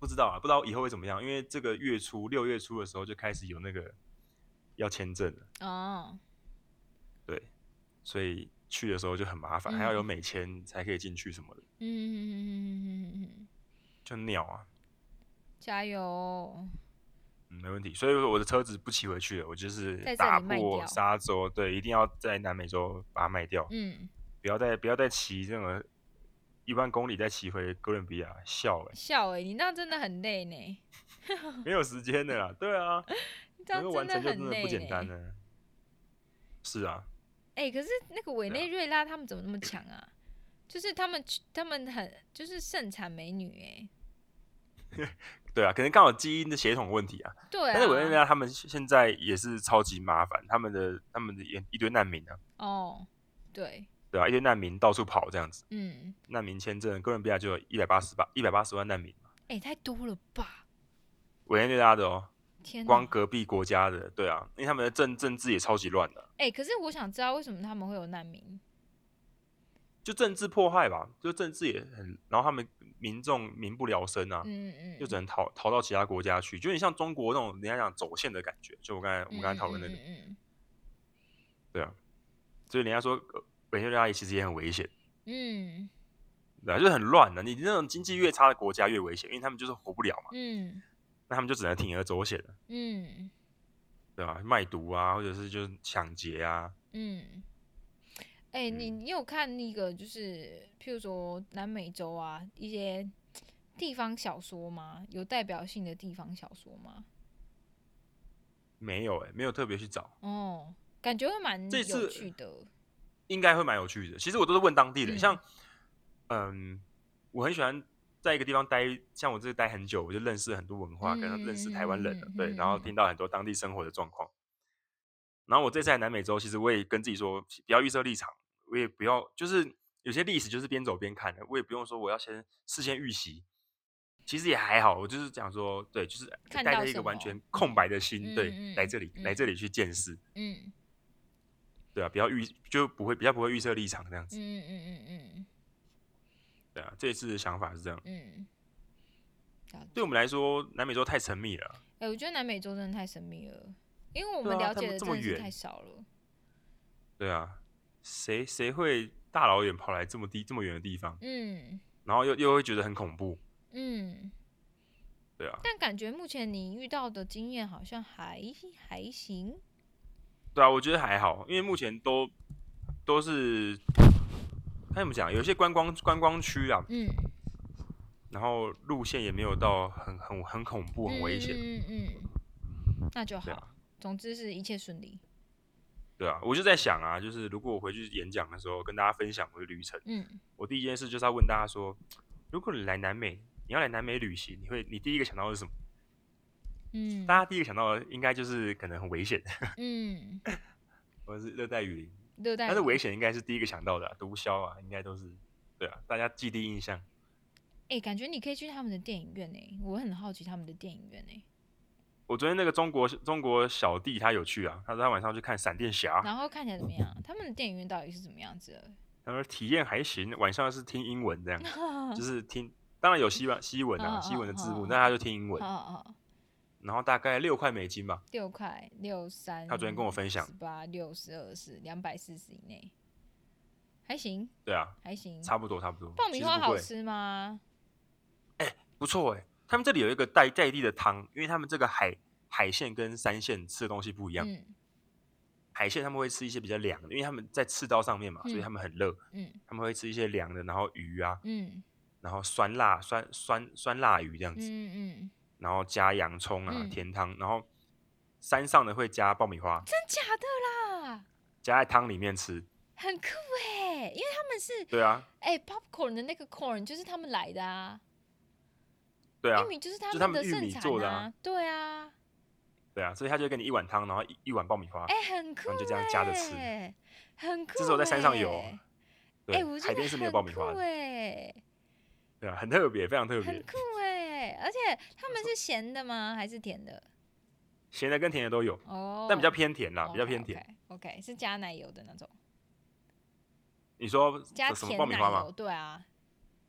S1: 不知道啊，不知道以后会怎么样，因为这个月初六月初的时候就开始有那个要签证了，
S2: 哦，
S1: 对，所以去的时候就很麻烦，还要有美签才可以进去什么的，
S2: 嗯嗯嗯嗯嗯嗯嗯，
S1: 就鸟啊，
S2: 加油！
S1: 嗯，没问题。所以我的车子不骑回去了，我就是
S2: 在这里
S1: 打
S2: 卖
S1: 破
S2: 掉
S1: 沙洲，对，一定要在南美洲把它卖掉，
S2: 嗯，
S1: 不要再不要再骑任何一万公里再骑回哥伦比亚，笑哎、
S2: 笑哎、你那真的很累呢，
S1: 没有时间的啦，对啊，
S2: 你 这
S1: 能
S2: 样
S1: 够完成
S2: 的
S1: 就真
S2: 很
S1: 的
S2: 累欸
S1: 不简单
S2: 呢。
S1: 呢、是啊，
S2: 哎、可是那个委
S1: 对啊
S2: 内瑞拉他们怎么那么强啊？就是他们他们很就是盛产美女哎、
S1: 对啊，可能刚好基因的血统问题啊。
S2: 对啊，
S1: 但是委内瑞拉他们现在也是超级麻烦，他们的他们的一一堆难民啊，
S2: 哦，对，
S1: 对啊，一堆难民到处跑这样子，
S2: 嗯，
S1: 难民签证，哥伦比亚就有一百八十八一百八十万难民嘛，
S2: 哎、太多了吧？
S1: 委内瑞拉的哦。
S2: 天哪
S1: 光！隔壁国家的，对啊，因为他们的政政治也超级乱的，
S2: 哎、可是我想知道为什么他们会有难民？
S1: 就政治迫害吧，就政治也很，然后他们民众民不聊生啊，
S2: 嗯嗯，
S1: 就只能逃逃到其他国家去，就有点像中国那种人家讲走线的感觉，就我刚才我
S2: 我
S1: 们刚才讨论那
S2: 嗯
S1: 个，啊
S2: 嗯嗯
S1: 所以人家说呃委内瑞拉也其实也很危险，
S2: 嗯
S1: 对、啊，就是很乱的、你那种经济越差的国家越危险，因为他们就是活不了嘛，
S2: 嗯
S1: 那他们就只能铤而走险了，
S2: 嗯
S1: 对吧、卖毒啊，或者是就是抢劫啊，
S2: 嗯，哎、你
S1: 嗯
S2: 你有看那个就是譬如说南美洲啊一些地方小说吗？有代表性的地方小说吗？
S1: 没有哎、没有特别去找，
S2: 哦，感觉会蛮
S1: 这
S2: 有
S1: 次
S2: 趣的。
S1: 应该会蛮有趣的。其实我都是问当地人，
S2: 嗯
S1: 像，嗯，我很喜欢在一个地方待，像我这待很久，我就认识很多文化，跟
S2: 嗯
S1: 认识台湾人了
S2: 嗯嗯，
S1: 对，
S2: 嗯
S1: 然后
S2: 嗯
S1: 听到很多当地生活的状况。然后我这次来南美洲，其实我也跟自己说，不要预设立场，我也不要，就是有些历史就是边走边看的，我也不用说我要先事先预习。其实也还好，我就是讲说，对，就是
S2: 看
S1: 带
S2: 到
S1: 着一
S2: 什
S1: 个完
S2: 么
S1: 全空白的心，
S2: 嗯
S1: 对，
S2: 嗯
S1: 来这里，来
S2: 嗯
S1: 这里去见识，
S2: 嗯
S1: 对啊，不要预就不会比较不会预设立场这样
S2: 嗯
S1: 子。
S2: 嗯嗯嗯
S1: 对啊，这一次的想法是这样。
S2: 嗯嗯。
S1: 对我们来说，南美洲太神秘了。
S2: 哎、我觉得南美洲真的太神秘了，因为我
S1: 对
S2: 们
S1: 啊
S2: 了
S1: 他
S2: 解
S1: 们
S2: 的
S1: 这
S2: 真
S1: 么
S2: 的是
S1: 远
S2: 太少了。
S1: 对啊，谁谁会大老远跑来这么低这么远的地方，
S2: 嗯
S1: 然后又又会觉得很恐怖？
S2: 嗯，
S1: 对啊，
S2: 但感觉目前你遇到的经验好像还还行。
S1: 对啊，我觉得还好，因为目前都都是该怎么讲，有一些观光观光区啊，
S2: 嗯，
S1: 然后路线也没有到很很很恐怖、很危险。
S2: 嗯嗯嗯，那就
S1: 对
S2: 好。
S1: 啊，
S2: 总之是一切顺利。
S1: 对啊，我就在想啊，就是如果我回去演讲的时候跟大家分享我的旅程，
S2: 嗯
S1: 我第一件事就是要问大家说，如果你来南美，你要来南美旅行，你会你第一个想到的是什么？
S2: 嗯
S1: 大家第一个想到的应该就是可能很危险，
S2: 嗯，
S1: 或者是热带雨林，
S2: 热带
S1: 但是
S2: 雨
S1: 危险应该是第一个想到的啊、毒枭啊，应该都是对啊，大家既定印象。
S2: 哎、感觉你可以去他们的电影院呢、我很好奇他们的电影院呢、
S1: 我昨天那个中国中国小弟他有去啊，他说他晚上去看闪电侠，
S2: 然后看起来怎么样？他们的电影院到底是怎么样子 的？
S1: 他说体验还行，晚上是听英文这 样，
S2: 好
S1: 就是听，当然有西文西文啊，
S2: 嗯
S1: 西文的字幕，
S2: 嗯嗯
S1: 那他就听英文，
S2: 好好，
S1: 然后大概六块美金吧，
S2: 六块六三，
S1: 他昨天跟我分享
S2: 十八六十二是两百四十以内，还行
S1: 对啊，
S2: 还行。
S1: 差不多差不多。
S2: 爆米
S1: 其实
S2: 花
S1: 不
S2: 好
S1: 贵，
S2: 吃吗？
S1: 不错哎、他们这里有一个在在地的汤，因为他们这个海海线跟山线吃的东西不一样，
S2: 嗯
S1: 海鲜他们会吃一些比较凉的，因为他们在赤道上面嘛，所以
S2: 嗯
S1: 他们很热，
S2: 嗯
S1: 他们会吃一些凉的，然后鱼啊，
S2: 嗯
S1: 然后酸辣酸酸酸辣鱼这样
S2: 嗯
S1: 子，
S2: 嗯，
S1: 然后加洋葱啊、
S2: 嗯
S1: 甜汤，然后山上的会加爆米花，
S2: 真假的啦，
S1: 加在汤里面吃。
S2: 很酷哎、因为他们是
S1: 对啊，
S2: 哎、popcorn 的那个 corn 就是他们来的啊，
S1: 对啊
S2: 玉，米就是
S1: 就
S2: 们
S1: 他们
S2: 的
S1: 玉
S2: 盛
S1: 米
S2: 产
S1: 做的
S2: 啊
S1: 啊，
S2: 对啊，
S1: 对啊，所以他就给你一碗汤，然后一一碗爆米花，
S2: 哎、很酷
S1: 然
S2: 哎、
S1: 后就这样夹着吃。
S2: 很酷、欸。
S1: 这时候在山上游
S2: 哎、
S1: 对，
S2: 我觉
S1: 海
S2: 得
S1: 边是没有爆米花
S2: 很酷
S1: 的，
S2: 哎、
S1: 对啊，很特别，非常特
S2: 很
S1: 别，
S2: 酷哎、而且他们是咸的吗？还是甜的？
S1: 咸的跟甜的都有，
S2: 哦，
S1: 但比较偏甜啦，
S2: 哦
S1: 比较偏甜。。
S2: OK，, o k 是加奶油的那种，
S1: 你说
S2: 加
S1: 什么
S2: 甜
S1: 爆米
S2: 奶
S1: 花吗
S2: 油，？对啊，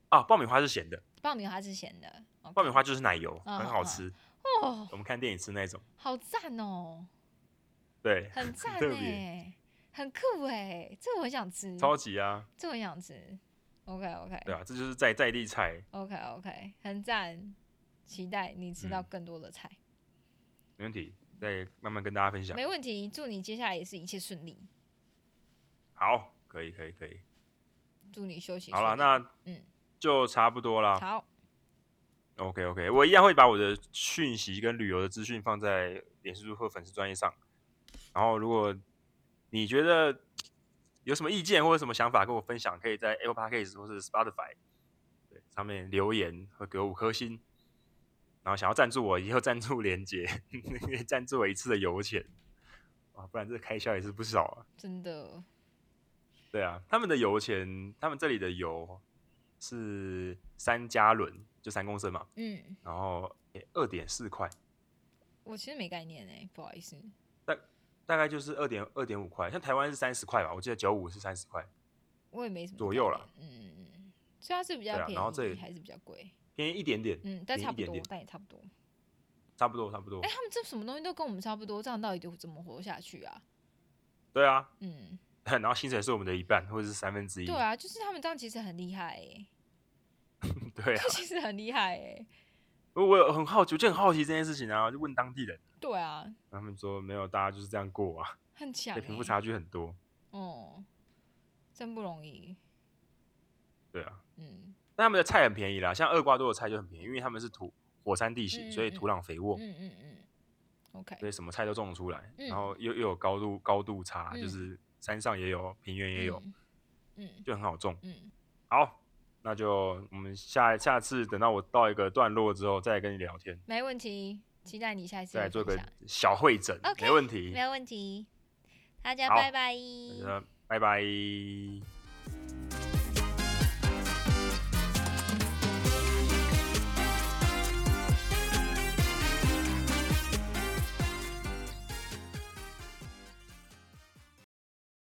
S1: 啊，爆米花是咸的，
S2: 爆米花是咸的，OK
S1: 爆米花就是奶油，
S2: 嗯
S1: 很好吃。
S2: 哦，
S1: 我们看电影吃那种，
S2: 好赞哦，
S1: 对，
S2: 很赞
S1: 特别
S2: 哎，很酷哎，这我很想 吃，
S1: 超级啊，
S2: 这我很想吃。OK OK
S1: 对啊，这就是在在地菜，
S2: OK OK，很赞，期待你吃
S1: 嗯
S2: 到更多的菜，
S1: 没问题，再慢慢跟大家分享。
S2: 没问题。祝你接下来也是一切顺利，
S1: 好，可以，可以，可以。
S2: 祝你休息顺
S1: 好
S2: 利。
S1: 了，那
S2: 嗯
S1: 就差不多啦。
S2: 好，
S1: OK OK，我一样会把我的讯息跟旅游的资讯放在脸书或粉丝专业上。然后，如果你觉得有什么意见或者什么想法跟我分享，可以在 Apple Podcast 或是 Spotify 对上面留言和给我五颗星。然后想要赞助我，也有赞助连接， 可以赞助我一次的油钱啊，不然这开销也是不少啊。
S2: 真的
S1: 对啊，他们的油钱，他们这里的油是三加仑，就三公升嘛，
S2: 嗯，
S1: 然后二点四块，
S2: 我其实没概念哎、不好意思。
S1: 大概就是二点二点五块，像台湾是三十块吧，我记得九五是三十块，
S2: 我也没什么
S1: 左
S2: 概
S1: 右
S2: 念
S1: 啦，
S2: 嗯嗯嗯，所以它是比较
S1: 对啊
S2: 便宜，
S1: 然后这里
S2: 还是比较贵，
S1: 便宜一点点，
S2: 嗯，但
S1: 便宜
S2: 差
S1: 一
S2: 不
S1: 点
S2: 多
S1: 点，哦
S2: 但也差不多。
S1: 差不多差不多
S2: 哎、。他们这什么东西都跟我们差不多，这样到底怎么活下去啊？
S1: 对啊，
S2: 嗯，
S1: 然后薪水是我们的一半或者是三分之一。
S2: 对啊，就是他们这样其实很厉害哎、
S1: 对啊
S2: 这其实很厉害哎、
S1: 我我有很好奇，我就很好奇这件事情啊，就问当地人，
S2: 对啊，
S1: 然后他们说没有，大家就是这样过啊，
S2: 很强、
S1: 所
S2: 欸，
S1: 以贫富差距很多。
S2: 哦，真不容易，
S1: 对啊，
S2: 嗯
S1: 但他们的菜很便宜啦，像厄瓜多的菜就很便宜，因为他们是土火山地
S2: 嗯
S1: 形，所以
S2: 嗯
S1: 土壤肥沃。
S2: 嗯嗯嗯，OK，
S1: 所以什么菜都种得出来，
S2: 嗯
S1: 然后又又有高度高度差，
S2: 嗯
S1: 就是山上也有，平原也有，
S2: 嗯，
S1: 就很好种。
S2: 嗯嗯，
S1: 好，那就我们下下次等到我到一个段落之后再跟你聊天，
S2: 没问题，期待你下一次
S1: 再来
S2: 的
S1: 做
S2: 分
S1: 个
S2: 享，
S1: 小会诊
S2: OK，
S1: 没问题
S2: 没。有问题，大家
S1: 好
S2: 拜拜，
S1: 那就拜拜。